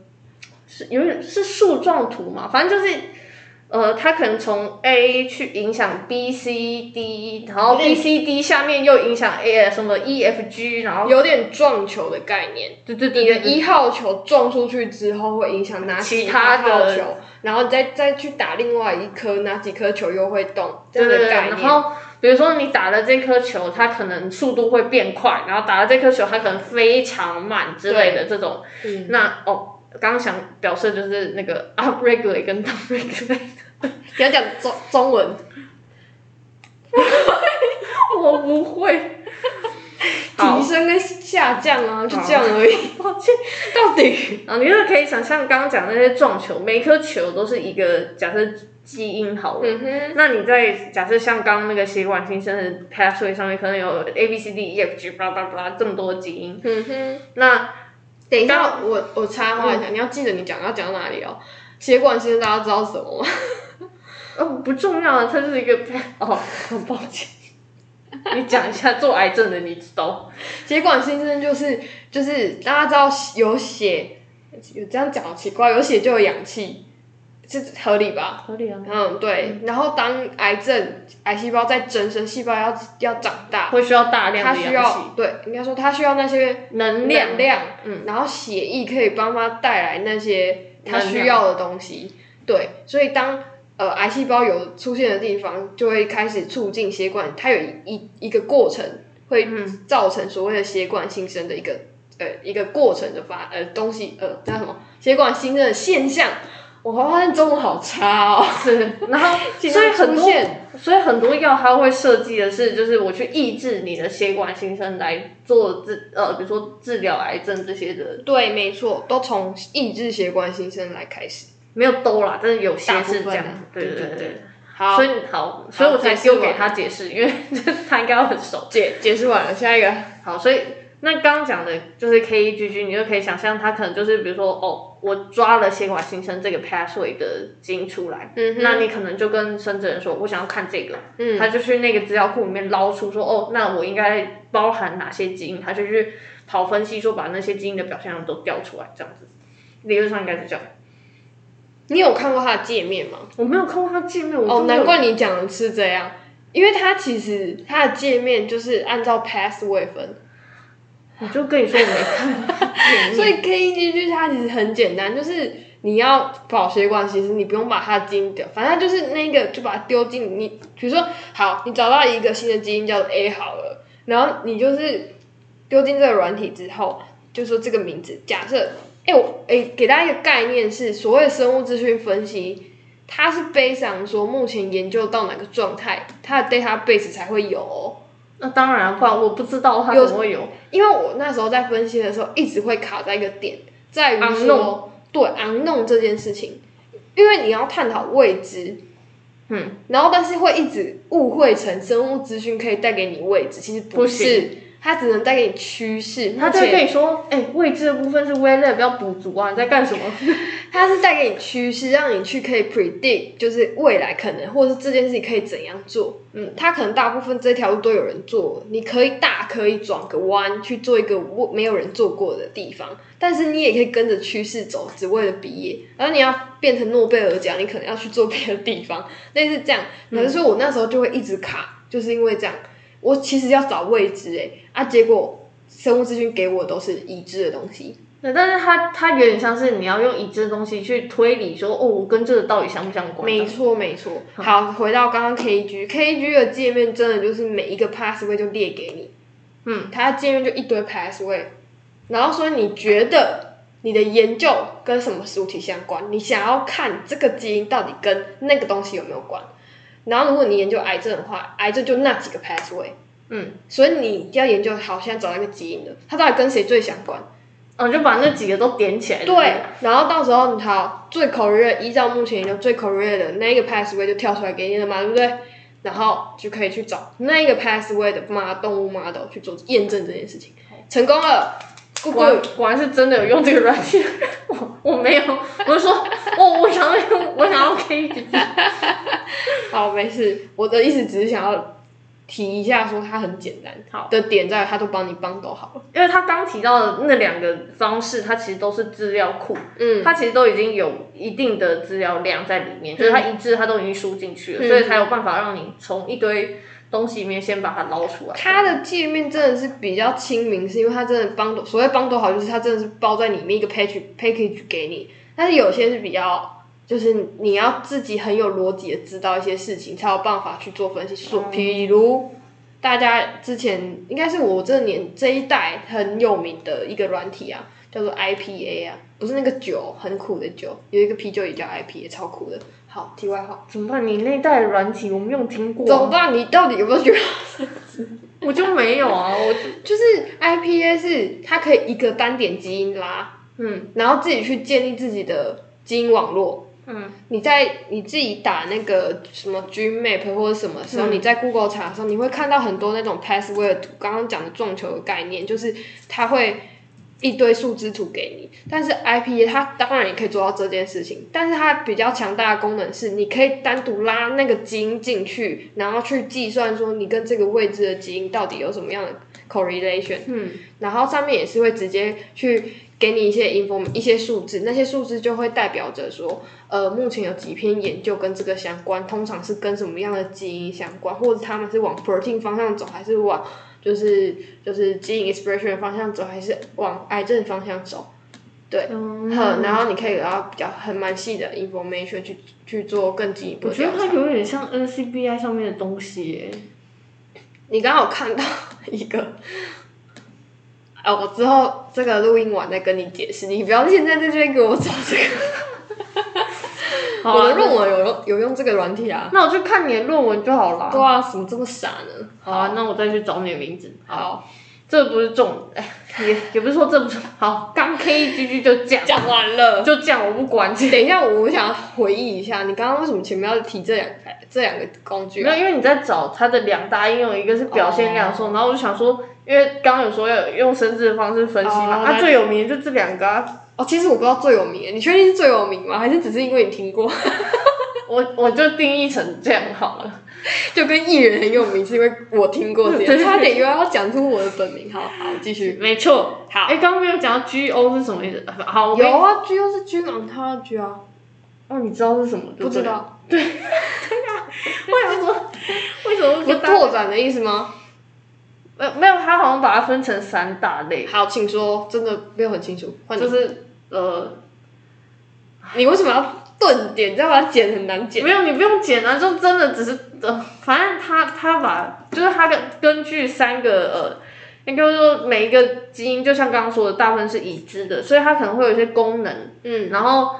Speaker 2: 是有点是树状图嘛，反正就是。呃，它可能从 A 去影响 B、C、D，然后 B、C、D 下面又影响 A 什么 E、F、G，然后
Speaker 1: 有点撞球的概念，
Speaker 2: 对对
Speaker 1: 你
Speaker 2: 对
Speaker 1: 的 E
Speaker 2: 对
Speaker 1: 一号球撞出去之后会影响哪
Speaker 2: 其
Speaker 1: 几
Speaker 2: 他
Speaker 1: 号
Speaker 2: 的
Speaker 1: 球，然后你再再去打另外一颗，哪几颗球又会动，这样
Speaker 2: 对对
Speaker 1: 的
Speaker 2: 对，
Speaker 1: 概
Speaker 2: 然
Speaker 1: 念。
Speaker 2: 后比如说你打了这颗球，它可能速度会变快，然后打了这颗球，它可能非常慢之类的这种。
Speaker 1: 嗯，
Speaker 2: 那哦，刚刚想表示就是那个 up regulate 跟 down regulate，
Speaker 1: 你要讲中中文，
Speaker 2: 我不会。好
Speaker 1: 提升跟下降啊，就这样而已。
Speaker 2: 抱歉，
Speaker 1: 到底
Speaker 2: 啊，你就可以想象刚刚讲那些撞球，每一颗球都是一个假设基因好了。
Speaker 1: 嗯哼，
Speaker 2: 那你在假设像刚刚那个血管新生的 pathway 上面，可能有 A B C D E F G 巴拉巴拉巴拉这么多基因，
Speaker 1: 嗯哼。
Speaker 2: 那
Speaker 1: 等一下，我我插话一
Speaker 2: 嗯
Speaker 1: 下，你要记得你讲要讲到哪里哦。血管新生大家知道什么吗？
Speaker 2: 哦，不重要啊，它就是一个 哦，很抱 歉。你讲一下做癌症的，你知道？
Speaker 1: 血管新生就是就是大家知道有血，有这样讲好奇怪，有血就有氧气，这合理吧？
Speaker 2: 合理啊，
Speaker 1: 嗯，对。然后当癌症癌细胞在增生细胞要要长大，
Speaker 2: 会需要大量
Speaker 1: 它
Speaker 2: 的
Speaker 1: 需
Speaker 2: 氧气、
Speaker 1: 要对，应该说它需要那些
Speaker 2: 能量。
Speaker 1: 能量，
Speaker 2: 嗯，
Speaker 1: 然后血液可以帮它带来那些它
Speaker 2: 能量
Speaker 1: 需要的东西。对，所以当呃癌细胞有出现的地方，就会开始促进血管，它有一一一个过程，会
Speaker 2: 嗯
Speaker 1: 造成所谓的血管新生的一个呃一个过程的发呃东西呃叫什么血管新生的现象。我发现中文好差哦，
Speaker 2: 是。 然后，
Speaker 1: 竟
Speaker 2: 所以
Speaker 1: 然
Speaker 2: 很
Speaker 1: 出
Speaker 2: 多
Speaker 1: 现，
Speaker 2: 所以很多药它会设计的是，就是我去抑制你的血管新生来做治呃，比如说治疗癌症这些的，
Speaker 1: 对，没错，都从抑制血管新生来开始。
Speaker 2: 没有兜啦，但是有
Speaker 1: 大
Speaker 2: 些
Speaker 1: 部
Speaker 2: 是
Speaker 1: 分
Speaker 2: 这样
Speaker 1: 啊。
Speaker 2: 对
Speaker 1: 对
Speaker 2: 对
Speaker 1: 对
Speaker 2: 对。
Speaker 1: 好
Speaker 2: 所，以好，所以我才
Speaker 1: 解释
Speaker 2: 丢给
Speaker 1: 完
Speaker 2: 他解释，因为 他应该要很熟。
Speaker 1: 解解释完了，下一个
Speaker 2: 好，所以那刚刚讲的就是 K E G G，你就可以想象它可能就是比如说哦，我抓了血管新生这个 pathway 的基因出来，
Speaker 1: 嗯哼
Speaker 2: 那你可能就跟深圳人说，我想要看这个，
Speaker 1: 嗯
Speaker 2: 他就去那个资料库里面捞出说，哦，那我应该包含哪些基因，他就去跑分析说把那些基因的表象都调出来，这样子，理论上应该是这样。
Speaker 1: 你有看过它的界面吗？
Speaker 2: 我没有看过他界面，我
Speaker 1: 哦，
Speaker 2: 真的
Speaker 1: 难怪你讲的是这样，因为它其实它的界面就是按照 pathway 分，
Speaker 2: 我就跟你说我没看过他界 面，
Speaker 1: 所以 K E G G 它其实很简单，就是你要保血管，其实你不用把它的基因丢，反正就是那个就把它丢进你，比如说好，你找到一个新的基因叫做 A 好了，然后你就是丢进这个软体之后，就说这个名字，假设。哎、我哎、给大家一个概念是，所谓的生物资讯分析，它是 based on 说目前研究到哪个状态，它的 database 才会有、哦。
Speaker 2: 那当然，啊不然我不知道他怎么会有
Speaker 1: 因为我那时候在分析的时候，一直会卡在一个点，在于
Speaker 2: Unknown
Speaker 1: 说对 unknown 这件事情，因为你要探讨未知，
Speaker 2: 嗯，
Speaker 1: 然后但是会一直误会成生物资讯可以带给你未知，其实
Speaker 2: 不
Speaker 1: 是，它只能带给你趋势，目
Speaker 2: 他就会
Speaker 1: 前
Speaker 2: 跟你说，哎、位置的部分是 way left 要补足啊，你在干什么？
Speaker 1: 它是带给你趋势，让你去可以 predict，就是未来可能或者是这件事情可以怎样做。嗯，它可能大部分这条路都有人做，你可以大可以转个弯去做一个我没有人做过的地方，但是你也可以跟着趋势走，只为了毕业。而你要变成诺贝尔奖，你可能要去做别的地方， 类似这样。可是所以我那时候就会一直卡，就是因为这样。我其实要找未知诶、啊，结果生物资讯给我都是已知的东西，
Speaker 2: 对，但是它它有点像是你要用已知的东西去推理说，哦，我跟这个到底相不相关？
Speaker 1: 没错，没错。好，回到刚刚 KG，KG 的界面真的就是每一个 pathway 就列给你，
Speaker 2: 嗯，
Speaker 1: 它的界面就一堆 pathway，然后所以你觉得你的研究跟什么实体相关？你想要看这个基因到底跟那个东西有没有关？然后如果你研究癌症的话，癌症就那几个 pathway，
Speaker 2: 嗯，
Speaker 1: 所以你要研究好现在找到一个基因了，它到底跟谁最相关？
Speaker 2: 哦，就把那几个都点起来。不
Speaker 1: 对，然后到时候你好最 correlate，依照目前研究最 correlate 的那一个 pathway 就跳出来给你了嘛，对不对？然后就可以去找那一个 pathway 的妈动物 model 去做验证这件事情，成功了。
Speaker 2: 果然
Speaker 1: Google
Speaker 2: 果然是真的有用这个软件， 我我没有，我是说我我想要用，我想要 K G，
Speaker 1: 好，没事，我的意思只是想要提一下，说它很简单。
Speaker 2: 好
Speaker 1: 的点在于它都帮你帮都好了。
Speaker 2: 因为他刚提到的那两个方式，它其实都是资料库，
Speaker 1: 嗯，
Speaker 2: 它其实都已经有一定的资料量在里面，就是它一致，它都已经输进去了，
Speaker 1: 嗯
Speaker 2: 所以才有办法让你从一堆东西里面先把它捞出来。
Speaker 1: 它的界面真的是比较亲民，是因为它真的帮所谓帮多好，就是它真的是包在里面一个 package package 给你。但是有些是比较，就是你要自己很有逻辑的知道一些事情，才有办法去做分析。说，比如大家之前应该是我这年这一代很有名的一个软体啊，叫做 IPA 啊，不是那个酒很苦的酒，有一个啤酒也叫 IPA，超苦的。好，题外话，
Speaker 2: 怎么办？你那代软体我没有听过
Speaker 1: 怎么
Speaker 2: 啊，
Speaker 1: 办？你到底有没有觉得？
Speaker 2: 我就没有啊，我就
Speaker 1: 就是 IPA 是它可以一个单点基因拉，
Speaker 2: 嗯
Speaker 1: 然后自己去建立自己的基因网络。
Speaker 2: 嗯，
Speaker 1: 你在你自己打那个什么 GMAP 或者什么时候，
Speaker 2: 嗯
Speaker 1: 你在 Google 查的时候，你会看到很多那种 pathway 的图。刚刚讲的撞球的概念，就是它会一堆树枝图给你。但是 IPA 它当然也可以做到这件事情，但是它比较强大的功能是，你可以单独拉那个基因进去，然后去计算说你跟这个位置的基因到底有什么样的 correlation。
Speaker 2: 嗯，
Speaker 1: 然后上面也是会直接去给你一些 inform 一些数字，那些数字就会代表着说，呃，目前有几篇研究跟这个相关，通常是跟什么样的基因相关，或者他们是往 protein 方向走，还是往就是就是基因 expression 的方向走，还是往癌症方向走。对，
Speaker 2: 嗯
Speaker 1: 哼，然后你可以得到比较很蛮细的 information 去去做更进一步
Speaker 2: 我
Speaker 1: 的
Speaker 2: 觉
Speaker 1: 调
Speaker 2: 得它
Speaker 1: 查。
Speaker 2: 有点像 NCBI 上面的东西耶。
Speaker 1: 你刚好看到一个， 啊，我之后这个录音完再跟你解释，你不要现在在这边给我找这个。
Speaker 2: 好
Speaker 1: 我
Speaker 2: 啊
Speaker 1: 的论文有用有用这个软体啊？
Speaker 2: 那我就看你的论文就好了。
Speaker 1: 对啊，怎么这么傻呢？
Speaker 2: 好啊，那我再去找你的名字。
Speaker 1: 好，
Speaker 2: 这不是重， 哎，也也不是说这不是好，刚 K G G 就这样，
Speaker 1: 讲完了。
Speaker 2: 就这样，我不管这。
Speaker 1: 等一下，我想回忆一下，你刚刚为什么前面要提这两这两个工具
Speaker 2: 没
Speaker 1: 啊、
Speaker 2: 有，因为你在找它的两大应用，一个是表现量
Speaker 1: 哦
Speaker 2: 说，然后我就想说，因为刚刚有说要用生字的方式分析嘛，
Speaker 1: 哦
Speaker 2: 它
Speaker 1: 那
Speaker 2: 最有名的就这两个啊。
Speaker 1: 哦，其实我不知道最有名的，你确定是最有名吗？还是只是因为你听过，
Speaker 2: 我我就定义成这样好了。
Speaker 1: 就跟艺人很有名，是因为我听过这
Speaker 2: 对
Speaker 1: 样，差点又要讲出我的本名。好好，继续。
Speaker 2: 没错。
Speaker 1: 好
Speaker 2: 哎，刚刚没有讲到 G O 是什么意思？好，我跟你
Speaker 1: 有啊，G 又是君昂他的 G 啊。
Speaker 2: 哦，你知道是什么？对
Speaker 1: 不
Speaker 2: 对
Speaker 1: 知。道，
Speaker 2: 为什么？为什么
Speaker 1: 不
Speaker 2: 会
Speaker 1: 是
Speaker 2: 跟大
Speaker 1: 拓展的意思吗？
Speaker 2: 没有没有？它好像把它分成三大类，
Speaker 1: 好，请说，真的没有很清楚。换你，
Speaker 2: 就是呃，
Speaker 1: 你为什么要顿点？你知道把它剪很难剪。
Speaker 2: 没有你不用剪啊，就真的只是呃，反正它它把就是它根根据三个呃。应该说每一个基因，就像刚刚说的，大部分是已知的，所以它可能会有一些功能，
Speaker 1: 嗯
Speaker 2: 然后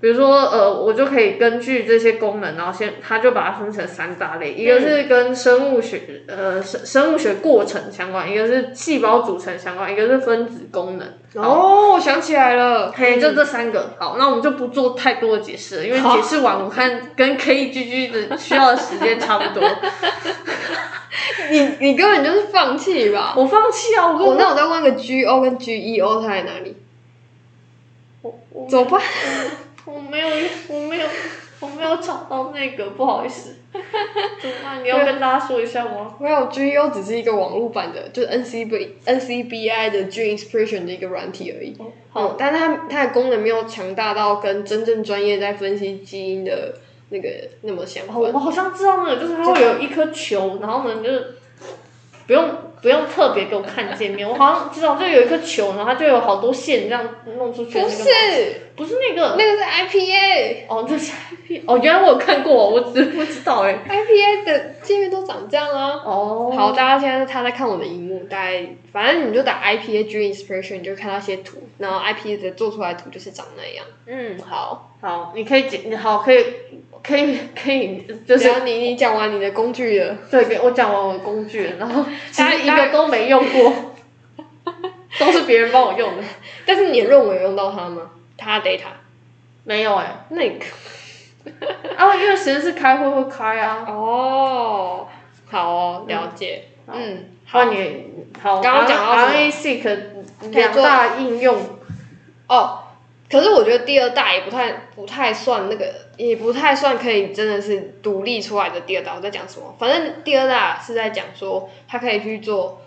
Speaker 2: 比如说呃，我就可以根据这些功能，然后先它就把它分成三大类，一个是跟生物学呃生生物学过程相关，一个是细胞组成相关，一个是分子功能。
Speaker 1: 哦，我想起来了，
Speaker 2: 嘿，就这三个。好，那我们就不做太多的解释了，因为
Speaker 1: 好
Speaker 2: 解释完我看跟 K G G 的需要的时间差不多。
Speaker 1: 你你根本就是放弃吧。
Speaker 2: 我放弃啊！我跟
Speaker 1: 我、
Speaker 2: 我
Speaker 1: 那我再问个 G O 跟 G E O 它在哪里？
Speaker 2: 我我
Speaker 1: 走吧。
Speaker 2: 我没有我没有我没有找到那个，不好意思。怎么办？你要跟大家说一下吗？
Speaker 1: 没有 G E O 只是一个网络版的，就是 N C B N C B I 的 G Inspiration 的一个软体而已。
Speaker 2: 好，
Speaker 1: 嗯，但是它它的功能没有强大到跟真正专业在分析基因的那个那么相
Speaker 2: 我
Speaker 1: 关。
Speaker 2: 好像知道那个，就是它会有一颗球，然后呢你就是不用不用特别给我看界面，我好像知道就有一颗球，然后它就有好多线这样弄出去的
Speaker 1: 不
Speaker 2: 那个。
Speaker 1: 是，
Speaker 2: 不是那个
Speaker 1: 那个是 IPA，IPA
Speaker 2: 哦，这是 IP 哦，原来我有看过，我只是不知道哎、
Speaker 1: 的界面都长这样啊。
Speaker 2: 哦，
Speaker 1: 好，大家现在他在看我的荧幕，大概反正你就打 IPA Dream Inspiration，你就看到一些图，然后 IPA 的做出来的图就是长那样。
Speaker 2: 嗯，
Speaker 1: 好，
Speaker 2: 好，你可以解，你好，可以，可以，可以，就
Speaker 1: 只
Speaker 2: 是
Speaker 1: 要你你讲完你的工具了，
Speaker 2: 对，给我讲完我的工具了，然后其
Speaker 1: 大家
Speaker 2: 实一个都没用 过，都是别人帮我用的，
Speaker 1: 但是你的论文有用到它吗？它的 data
Speaker 2: 没有哎、
Speaker 1: 那个
Speaker 2: 啊，因为实验室开会会开啊，
Speaker 1: 哦，好哦，了解，
Speaker 2: 好
Speaker 1: 嗯，
Speaker 2: 好，你好，
Speaker 1: 刚刚讲到什么
Speaker 2: R A Seek 两大应用，
Speaker 1: 哦，可是我觉得第二大也不太不太算那个，也不太算可以真的是独立出来的第二大。我在讲什么？反正第二大是在讲说，它可以去做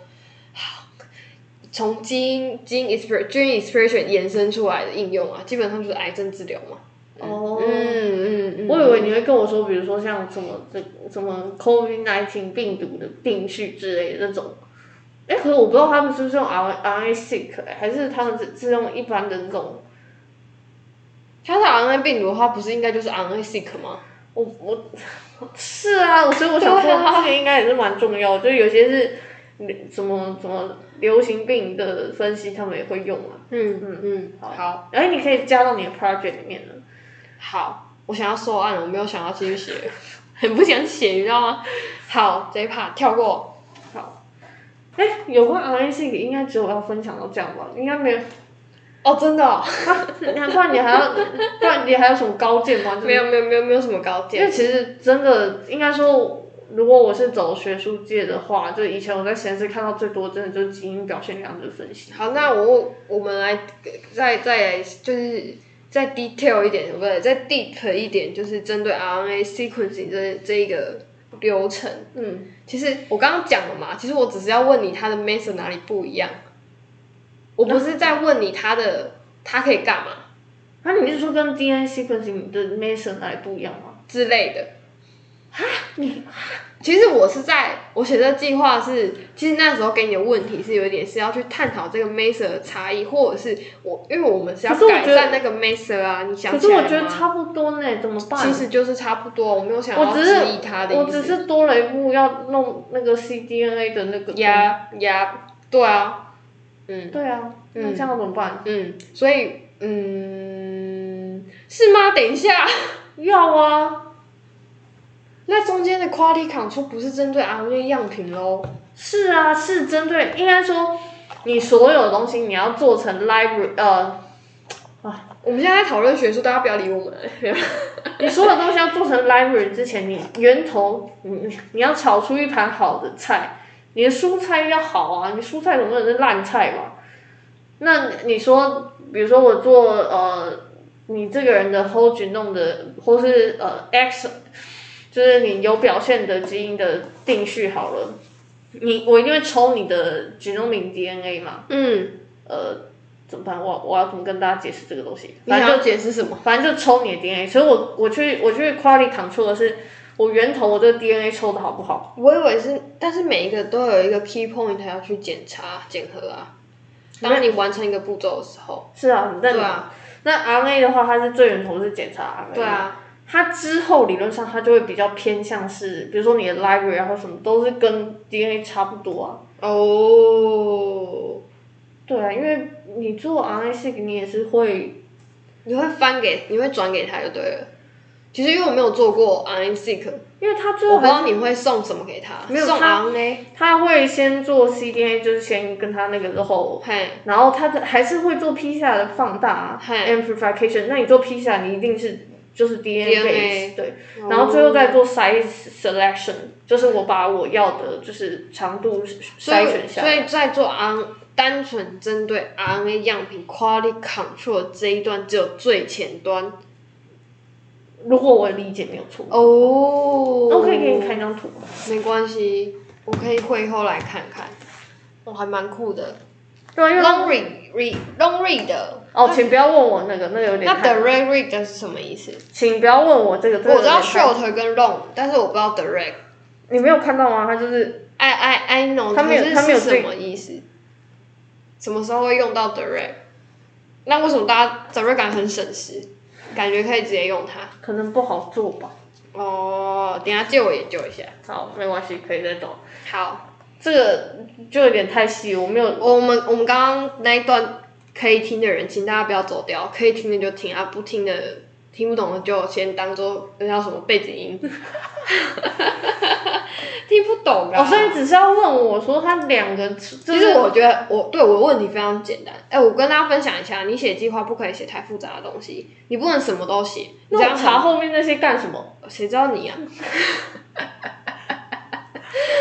Speaker 1: 从基因基因 inspiration 基因 inspiration 衍生出来的应用啊，基本上就是癌症治疗嘛。
Speaker 2: 哦
Speaker 1: 嗯嗯
Speaker 2: 我以为你会跟我说，比如说像什么这什么 COVID nineteen 病毒的定序之类的那种。哎，可是我不知道他们是不是用 R R A seq，诶还是他们只是用一般的那种。
Speaker 1: 它是 RNA 病毒的话，不是应该就是 RNA seq 吗？
Speaker 2: 我我是啊，所以我想说
Speaker 1: 对啊
Speaker 2: 这个应该也是蛮重要的，就有些是什么什么流行病的分析，他们也会用啊。
Speaker 1: 嗯嗯嗯，好
Speaker 2: 哎，你可以加到你的 project 里面了。
Speaker 1: 好，我想要收案了，我没有想要继续写， 很不想写，你知道吗？好，这一 part 跳过。
Speaker 2: 哎，有关 R A seq 应该只有要分享到这样吧，应该没 有。
Speaker 1: 哦，真的、哦，
Speaker 2: 那不然你还要，不然你还有什么高见吗？就是
Speaker 1: 没有没有没有没有什么高
Speaker 2: 因为
Speaker 1: 见，
Speaker 2: 其实真的应该说，如果我是走学术界的话，就以前我在实验室看到最多，真的就是基因表现量的分析。
Speaker 1: 好，那我我们来再再来就是再 detail 一点，不对，再 deep 一点，就是针对 RNA sequencing 这这一个流程。
Speaker 2: 嗯，
Speaker 1: 其实我刚刚讲了嘛，其实我只是要问你它的 method 哪里不一样，我不是在问你它的它可以干嘛
Speaker 2: 那、你是说跟 DNA sequencing 的 method 哪里不一样吗？
Speaker 1: 之类的。
Speaker 2: 你
Speaker 1: 其实我是在我写这计划是，其实那时候给你的问题是有一点是要去探讨这个 mesa 的差异，或者是我因为我们是要
Speaker 2: 可是我
Speaker 1: 改
Speaker 2: 觉得
Speaker 1: 善那个 mesa 啊，你想
Speaker 2: 可
Speaker 1: 起
Speaker 2: 是
Speaker 1: 来
Speaker 2: 我
Speaker 1: 了
Speaker 2: 觉得
Speaker 1: 吗
Speaker 2: 差不多呢，怎么办？
Speaker 1: 其实就是差不多，我没有想
Speaker 2: 我
Speaker 1: 要
Speaker 2: 只
Speaker 1: 质疑他
Speaker 2: 是
Speaker 1: 的
Speaker 2: 我
Speaker 1: 意
Speaker 2: 只
Speaker 1: 思。
Speaker 2: 是多了一幕要弄那个 cDNA 的那个。
Speaker 1: 呀呀，对啊，嗯
Speaker 2: 对啊，那
Speaker 1: 嗯
Speaker 2: 这样怎么办？
Speaker 1: 嗯，所以嗯是吗？等一下，
Speaker 2: 要啊，
Speaker 1: 那中间的 quality control 不是针对 RNA 样品喽？
Speaker 2: 是啊，是针对，应该说你所有东西你要做成 library 呃
Speaker 1: 我们现在在讨论学术，大家不要理我们。
Speaker 2: 你所有东西要做成 library 之前，你源头，你你要炒出一盘好的菜，你的蔬菜要好啊，你蔬菜总不能是烂菜吧？那你说，比如说我做呃，你这个人的 whole genome 的，或是呃 X，就是你有表现的基因的定序好了，你我一定会抽你的 genomic DNA 嘛，
Speaker 1: 嗯，
Speaker 2: 呃，怎么办？我我要怎么跟大家解释这个东西？
Speaker 1: 你
Speaker 2: 反正
Speaker 1: 想要解释什么？
Speaker 2: 反正就抽你的 DNA。所以我我去我去 quality control 的是我源头我这个 DNA 抽的好不好？
Speaker 1: 我以为是，但是每一个都有一个 key point 要去检查、检核啊。当你完成一个步骤的时候，
Speaker 2: 是啊，那
Speaker 1: 对啊，
Speaker 2: 那 RNA 的话，它是最源头是检查 RNA。
Speaker 1: 对。啊，
Speaker 2: 它之后理论上它就会比较偏向是，比如说你的 library 啊或什么都是跟 DNA 差不多啊。
Speaker 1: 哦，
Speaker 2: 对啊，因为你做 RNA seq 你也是会，
Speaker 1: 你会翻给，你会转给他就对了。其实因为我没有做过 RNA seq，
Speaker 2: 因为它最
Speaker 1: 我
Speaker 2: 后
Speaker 1: 不知
Speaker 2: 还
Speaker 1: 道你会送什么给他，
Speaker 2: 没有
Speaker 1: 送
Speaker 2: 他
Speaker 1: RNA，
Speaker 2: 它会先做 cDNA，就是先跟它那个之后
Speaker 1: 嘿，
Speaker 2: 然后它的还是会做披萨的放大啊
Speaker 1: 嗨
Speaker 2: amplification。那你做披萨，你一定是就是 DNA
Speaker 1: DNA
Speaker 2: base 对，然后最后再做 size selection，就是我把我要的就是长度筛选下
Speaker 1: 所
Speaker 2: 来。
Speaker 1: 以在做 R 单纯针对 RNA 样品 quality control 这一段，只有最前端
Speaker 2: 如果我理解没有错，
Speaker 1: 哦
Speaker 2: 那我可以给你看一张图吗？
Speaker 1: 没关系，我可以会后来看看，我、还蛮酷的。
Speaker 2: 对啊，因为
Speaker 1: Long read read long read 的，
Speaker 2: 哦，请不要问我那个，那个有点
Speaker 1: 那
Speaker 2: 太，
Speaker 1: direct read 的是什么意思？
Speaker 2: 请不要问我这个，这个
Speaker 1: 我知道
Speaker 2: 有点太
Speaker 1: short 跟 long，但是我不知道 direct。
Speaker 2: 你没有看到吗？它就是，
Speaker 1: I I I know，
Speaker 2: 他没有
Speaker 1: 可是
Speaker 2: 他没有
Speaker 1: 是什
Speaker 2: 对
Speaker 1: 么意思？什么时候会用到 direct？那为什么大家 direct 感很省时？感觉可以直接用它。
Speaker 2: 可能不好做吧。
Speaker 1: 哦，等一下借我研究一下。
Speaker 2: 好，没关系，可以再懂。
Speaker 1: 好，
Speaker 2: 这个就有点太细，我没有
Speaker 1: 我们我们刚刚那一段可以听的人，请大家不要走掉，可以听的就听啊，不听的听不懂的就先当做那叫什么背景音， 听不懂啊。
Speaker 2: 哦，所以只是要问我说他两个，就
Speaker 1: 其实
Speaker 2: 是
Speaker 1: 我觉得我对我的问题非常简单。哎、我跟大家分享一下，你写计划不可以写太复杂的东西，你不能什么都写。你
Speaker 2: 那
Speaker 1: 这样
Speaker 2: 我查
Speaker 1: 很，
Speaker 2: 后面那些干什么？
Speaker 1: 谁知道你啊？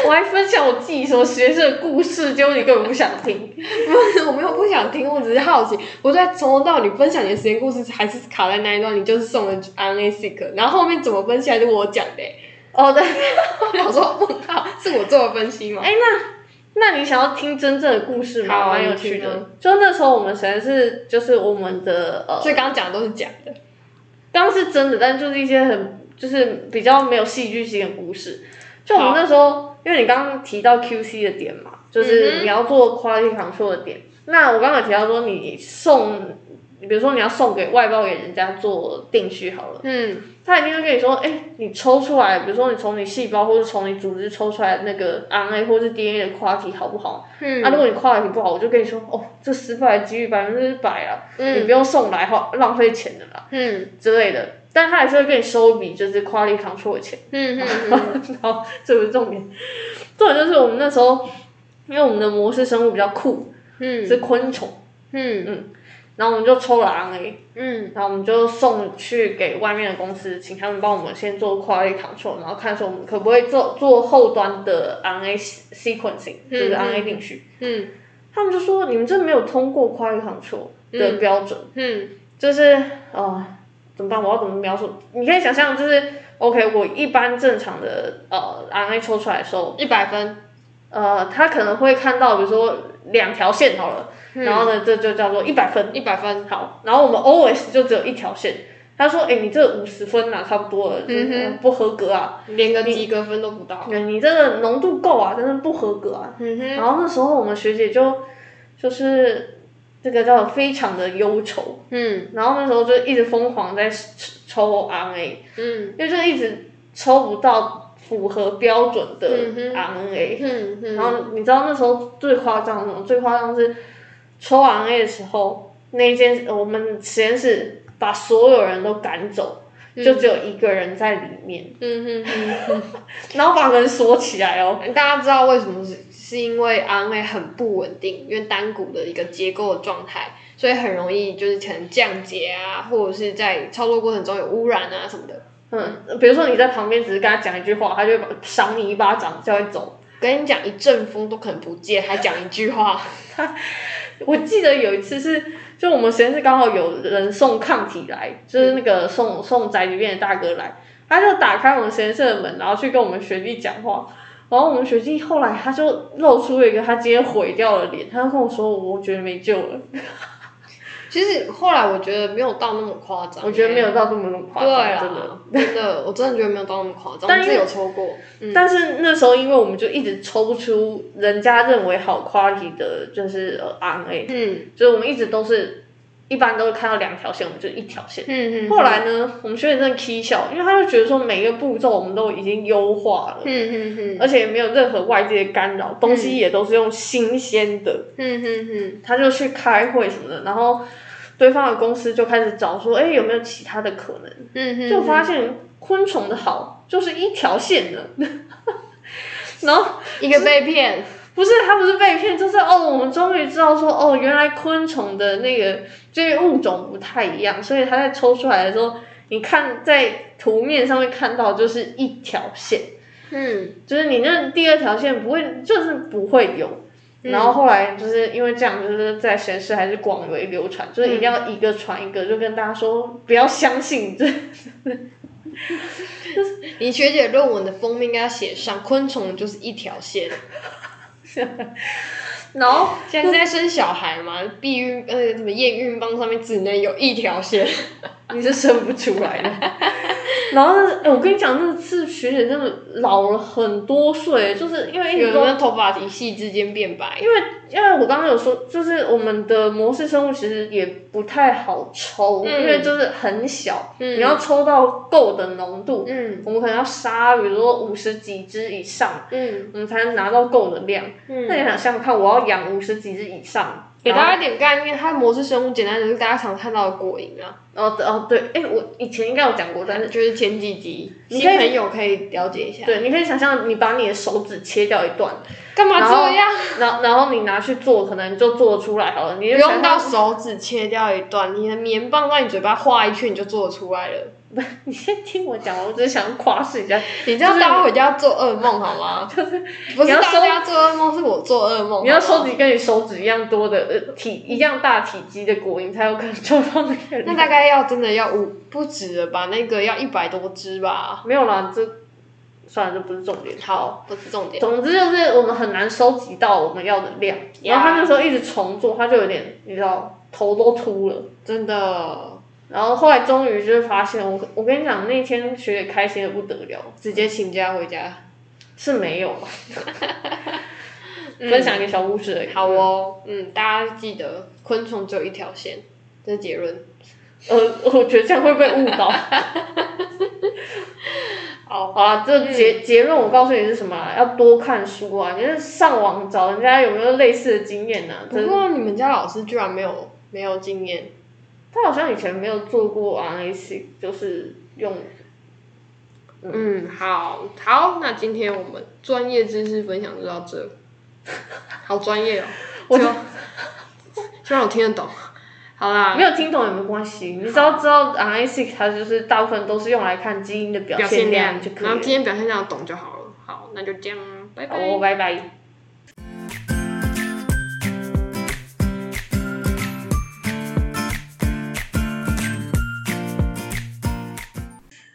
Speaker 2: 我还分享我自己什么学生的故事，结果你根本不想听。
Speaker 1: 不是，我没有不想听，我只是好奇。我在从头到尾分享你的实验故事，还是卡在那一段，你就是送了 RNA seq，然后后面怎么分析还是我讲的、欸。
Speaker 2: 哦，对，
Speaker 1: 我想说，问号是我做的分析吗？
Speaker 2: 哎，那那你想要听真正的故事
Speaker 1: 好
Speaker 2: 吗？
Speaker 1: 啊
Speaker 2: 蛮有
Speaker 1: 你听
Speaker 2: 趣
Speaker 1: 啊
Speaker 2: 的。就那时候我们实在是就是我们的呃，
Speaker 1: 所以刚刚讲的都是假的。
Speaker 2: 刚刚是真的，但就是一些很就是比较没有戏剧性的故事。就我们
Speaker 1: 好
Speaker 2: 那时候，因为你刚刚提到 QC 的点嘛，就
Speaker 1: 嗯
Speaker 2: 是
Speaker 1: 哼
Speaker 2: 你要做 quality control 的点。那我刚刚有提到说，你送，比如说你要送给外包给人家做定序好了，
Speaker 1: 嗯，
Speaker 2: 他一定会跟你说，哎、你抽出来，比如说你从你细胞或者从你组织抽出来那个 RNA 或是 DNA 的 quality 好不好？
Speaker 1: 嗯
Speaker 2: 啊，如果你 quality 不好，我就跟你说，哦，这失败的几率百分之百啊，
Speaker 1: 嗯
Speaker 2: 你不用送来，花浪费钱的啦。
Speaker 1: 嗯
Speaker 2: 之类的，但他还是会跟你收一笔就是 quality control 的钱。
Speaker 1: 嗯 嗯
Speaker 2: 然后这不是重点，重点就是我们那时候，因为我们的模式生物比较酷，
Speaker 1: 嗯
Speaker 2: 是昆虫，
Speaker 1: 嗯
Speaker 2: 然后我们就抽了 RNA，
Speaker 1: 嗯
Speaker 2: 然后我们就送去给外面的公司，请他们帮我们先做 quality control，然后看说我们可不可以做做后端的 RNA sequencing，就是
Speaker 1: 嗯嗯
Speaker 2: RNA 定序。
Speaker 1: 嗯
Speaker 2: 他们就说你们这没有通过 quality control 的标准。
Speaker 1: 嗯
Speaker 2: 就是呃，怎么办？我要怎么描述？你可以想象，就是 OK，我一般正常的呃 RNA 抽出来的时候，
Speaker 1: 嗯，一百分。
Speaker 2: 呃，它可能会看到，比如说两条线好了，然后呢，这就叫做一百分。
Speaker 1: 嗯一百分，
Speaker 2: 好，然后我们 always 就只有一条线。他说：“哎、你这五十分啊，差不多了，
Speaker 1: 嗯
Speaker 2: 就是呃不合格啊。
Speaker 1: 连个及格分都不到。
Speaker 2: 对你这个浓度够啊，但是不合格啊。
Speaker 1: 嗯哼，
Speaker 2: 然后那时候我们学姐就就是这个叫非常的忧愁，
Speaker 1: 嗯
Speaker 2: 然后那时候就一直疯狂在抽 RNA，
Speaker 1: 嗯
Speaker 2: 因为就一直抽不到符合标准的
Speaker 1: 嗯
Speaker 2: RNA。
Speaker 1: 嗯嗯，
Speaker 2: 然后你知道那时候最夸张的是什么？最夸张是抽 RNA 的时候，那一间我们实验室把所有人都赶走，就只有一个人在里面，
Speaker 1: 嗯哼。
Speaker 2: 然后把门锁起来哦。
Speaker 1: 大家知道为什么是是因为 RNA 很不稳定，因为单股的一个结构的状态，所以很容易就是可能降解啊，或者是在操作过程中有污染啊什么的。
Speaker 2: 嗯，比如说你在旁边只是跟他讲一句话，他就会把赏你一巴掌，就会走。
Speaker 1: 跟你讲，一阵风都可能不见，还讲一句话。
Speaker 2: 我记得有一次是，就我们实验室刚好有人送抗体来，就是那个送送宅急便的大哥来，他就打开我们实验室的门，然后去跟我们学弟讲话。然后我们学弟后来他就露出了一个他今天毁掉的脸，他就跟我说：“我觉得没救了，
Speaker 1: 其实后来我觉得没有到那么夸张、
Speaker 2: 我觉得没有到这么夸
Speaker 1: 对啊
Speaker 2: 张，真的
Speaker 1: 啦。，真 的，我真的觉得没有到那么夸张。我
Speaker 2: 但因
Speaker 1: 自
Speaker 2: 为
Speaker 1: 己有抽过，嗯
Speaker 2: 但是那时候因为我们就一直抽不出人家认为好 quality 的，就是呃 RNA，
Speaker 1: 嗯
Speaker 2: 所以我们一直都是一般都是看到两条线，我们就一条线。
Speaker 1: 嗯嗯，
Speaker 2: 后来呢，我们学姐真的 k 笑，因为她就觉得说每一个步骤我们都已经优化了，
Speaker 1: 嗯嗯嗯
Speaker 2: 而且也没有任何外界的干扰，东西也都是用新鲜的。
Speaker 1: 嗯嗯嗯
Speaker 2: 她就去开会什么的，然后对方的公司就开始找说，哎，有没有其他的可能？
Speaker 1: 嗯嗯，
Speaker 2: 就发现昆虫的好就是一条线的， 然后
Speaker 1: 一个被骗，
Speaker 2: 不是，他不是被骗，就是哦，我们终于知道说，哦，原来昆虫的那个就是物种不太一样，所以它在抽出来的时候，你看在图面上面看到就是一条线，
Speaker 1: 嗯，
Speaker 2: 就是你那第二条线不会，就是不会有。然后后来就是因为这样，就是在实验室还是广为流传，就是一定要一个传一个，就跟大家说不要相信， 这
Speaker 1: 你学姐论文的封面应该写上昆虫就是一条线，
Speaker 2: 然后
Speaker 1: 现在是在生小孩嘛， 避孕呃什么验孕棒上面只能有一条 线，
Speaker 2: 你是生不出来的。 然后呢，哎，我跟你讲，那次学姐真的老了很多岁，就是因为一
Speaker 1: 有人
Speaker 2: 直都
Speaker 1: 的头发一夕之间变白，
Speaker 2: 因为因为我刚刚有说，就是我们的模式生物其实也不太好抽，
Speaker 1: 嗯
Speaker 2: 因为就是很小，
Speaker 1: 嗯
Speaker 2: 你要抽到够的浓度，
Speaker 1: 嗯
Speaker 2: 我们可能要杀，比如说五十几只以上，
Speaker 1: 嗯
Speaker 2: 我们才能拿到够的量。那
Speaker 1: 嗯，
Speaker 2: 你想想看，我要养五十几只以上，
Speaker 1: 给大
Speaker 2: 然后
Speaker 1: 家一点概念，它的模式生物简单就是大家常看到的果蝇啊，
Speaker 2: 哦对哦对，哎，我以前应该有讲过，但是
Speaker 1: 就是前几集
Speaker 2: 你
Speaker 1: 新
Speaker 2: 可以
Speaker 1: 朋友可以了解一下，
Speaker 2: 对，你可以想象，你把你的手指切掉一段，
Speaker 1: 干嘛
Speaker 2: 然后
Speaker 1: 这样？
Speaker 2: 然后然后你拿去做，可能就做得出来好了，你就
Speaker 1: 不用
Speaker 2: 想
Speaker 1: 到
Speaker 2: 到
Speaker 1: 手指切掉一段，你的棉棒在你嘴巴画一圈，你就做得出来了。
Speaker 2: 你先听我讲，我只是想夸饰一下。
Speaker 1: 你这样大家回家做噩梦好吗？不
Speaker 2: 你
Speaker 1: 是
Speaker 2: 要
Speaker 1: 大
Speaker 2: 收
Speaker 1: 家做噩梦，是我做噩梦。
Speaker 2: 你
Speaker 1: 好
Speaker 2: 要收
Speaker 1: 不好
Speaker 2: 集跟你手指一样多的呃体一样大体积的果蝇，才有可能抽到那个
Speaker 1: 那
Speaker 2: 人。
Speaker 1: 大概要真的要五不止了吧？那个要一百多只吧。
Speaker 2: 没有啦，这算了，这不是重点。
Speaker 1: 好，不是重点。
Speaker 2: 总之就是我们很难收集到我们要的量，然后他那时候一直重做，他就有点你知道头都秃了。
Speaker 1: 真的
Speaker 2: 然后后来终于就是发现，我我跟你讲，那天学姐开心的不得了，
Speaker 1: 直接请假回家。
Speaker 2: 是没有 啦，
Speaker 1: 嗯
Speaker 2: 分享一个小故事而已。
Speaker 1: 好哦，嗯，大家记得昆虫只有一条线，这是结论。
Speaker 2: 呃，我觉得这样会被误导。
Speaker 1: 好，嗯
Speaker 2: 好啦，这结、结论我告诉你是什么啊？要多看书啊！你就是上网找人家有没有类似的经验呢、啊？
Speaker 1: 不
Speaker 2: 真的
Speaker 1: 过你们家老师居然没有没有经验，
Speaker 2: 他好像以前没有做过 analysis，就是用
Speaker 1: 嗯，好好，那今天我们专业知识分享就到 这，好专业哦，
Speaker 2: 我
Speaker 1: 希望希望我听得懂。好啦，
Speaker 2: 没有听懂也没关系，你只要知道 analysis 它就是大部分都是用来看基因的表
Speaker 1: 表现
Speaker 2: 量
Speaker 1: 量
Speaker 2: 就，可
Speaker 1: 然后
Speaker 2: 以了。
Speaker 1: 今天表现量懂就好了。好，那就这样，拜拜。
Speaker 2: 好，拜拜。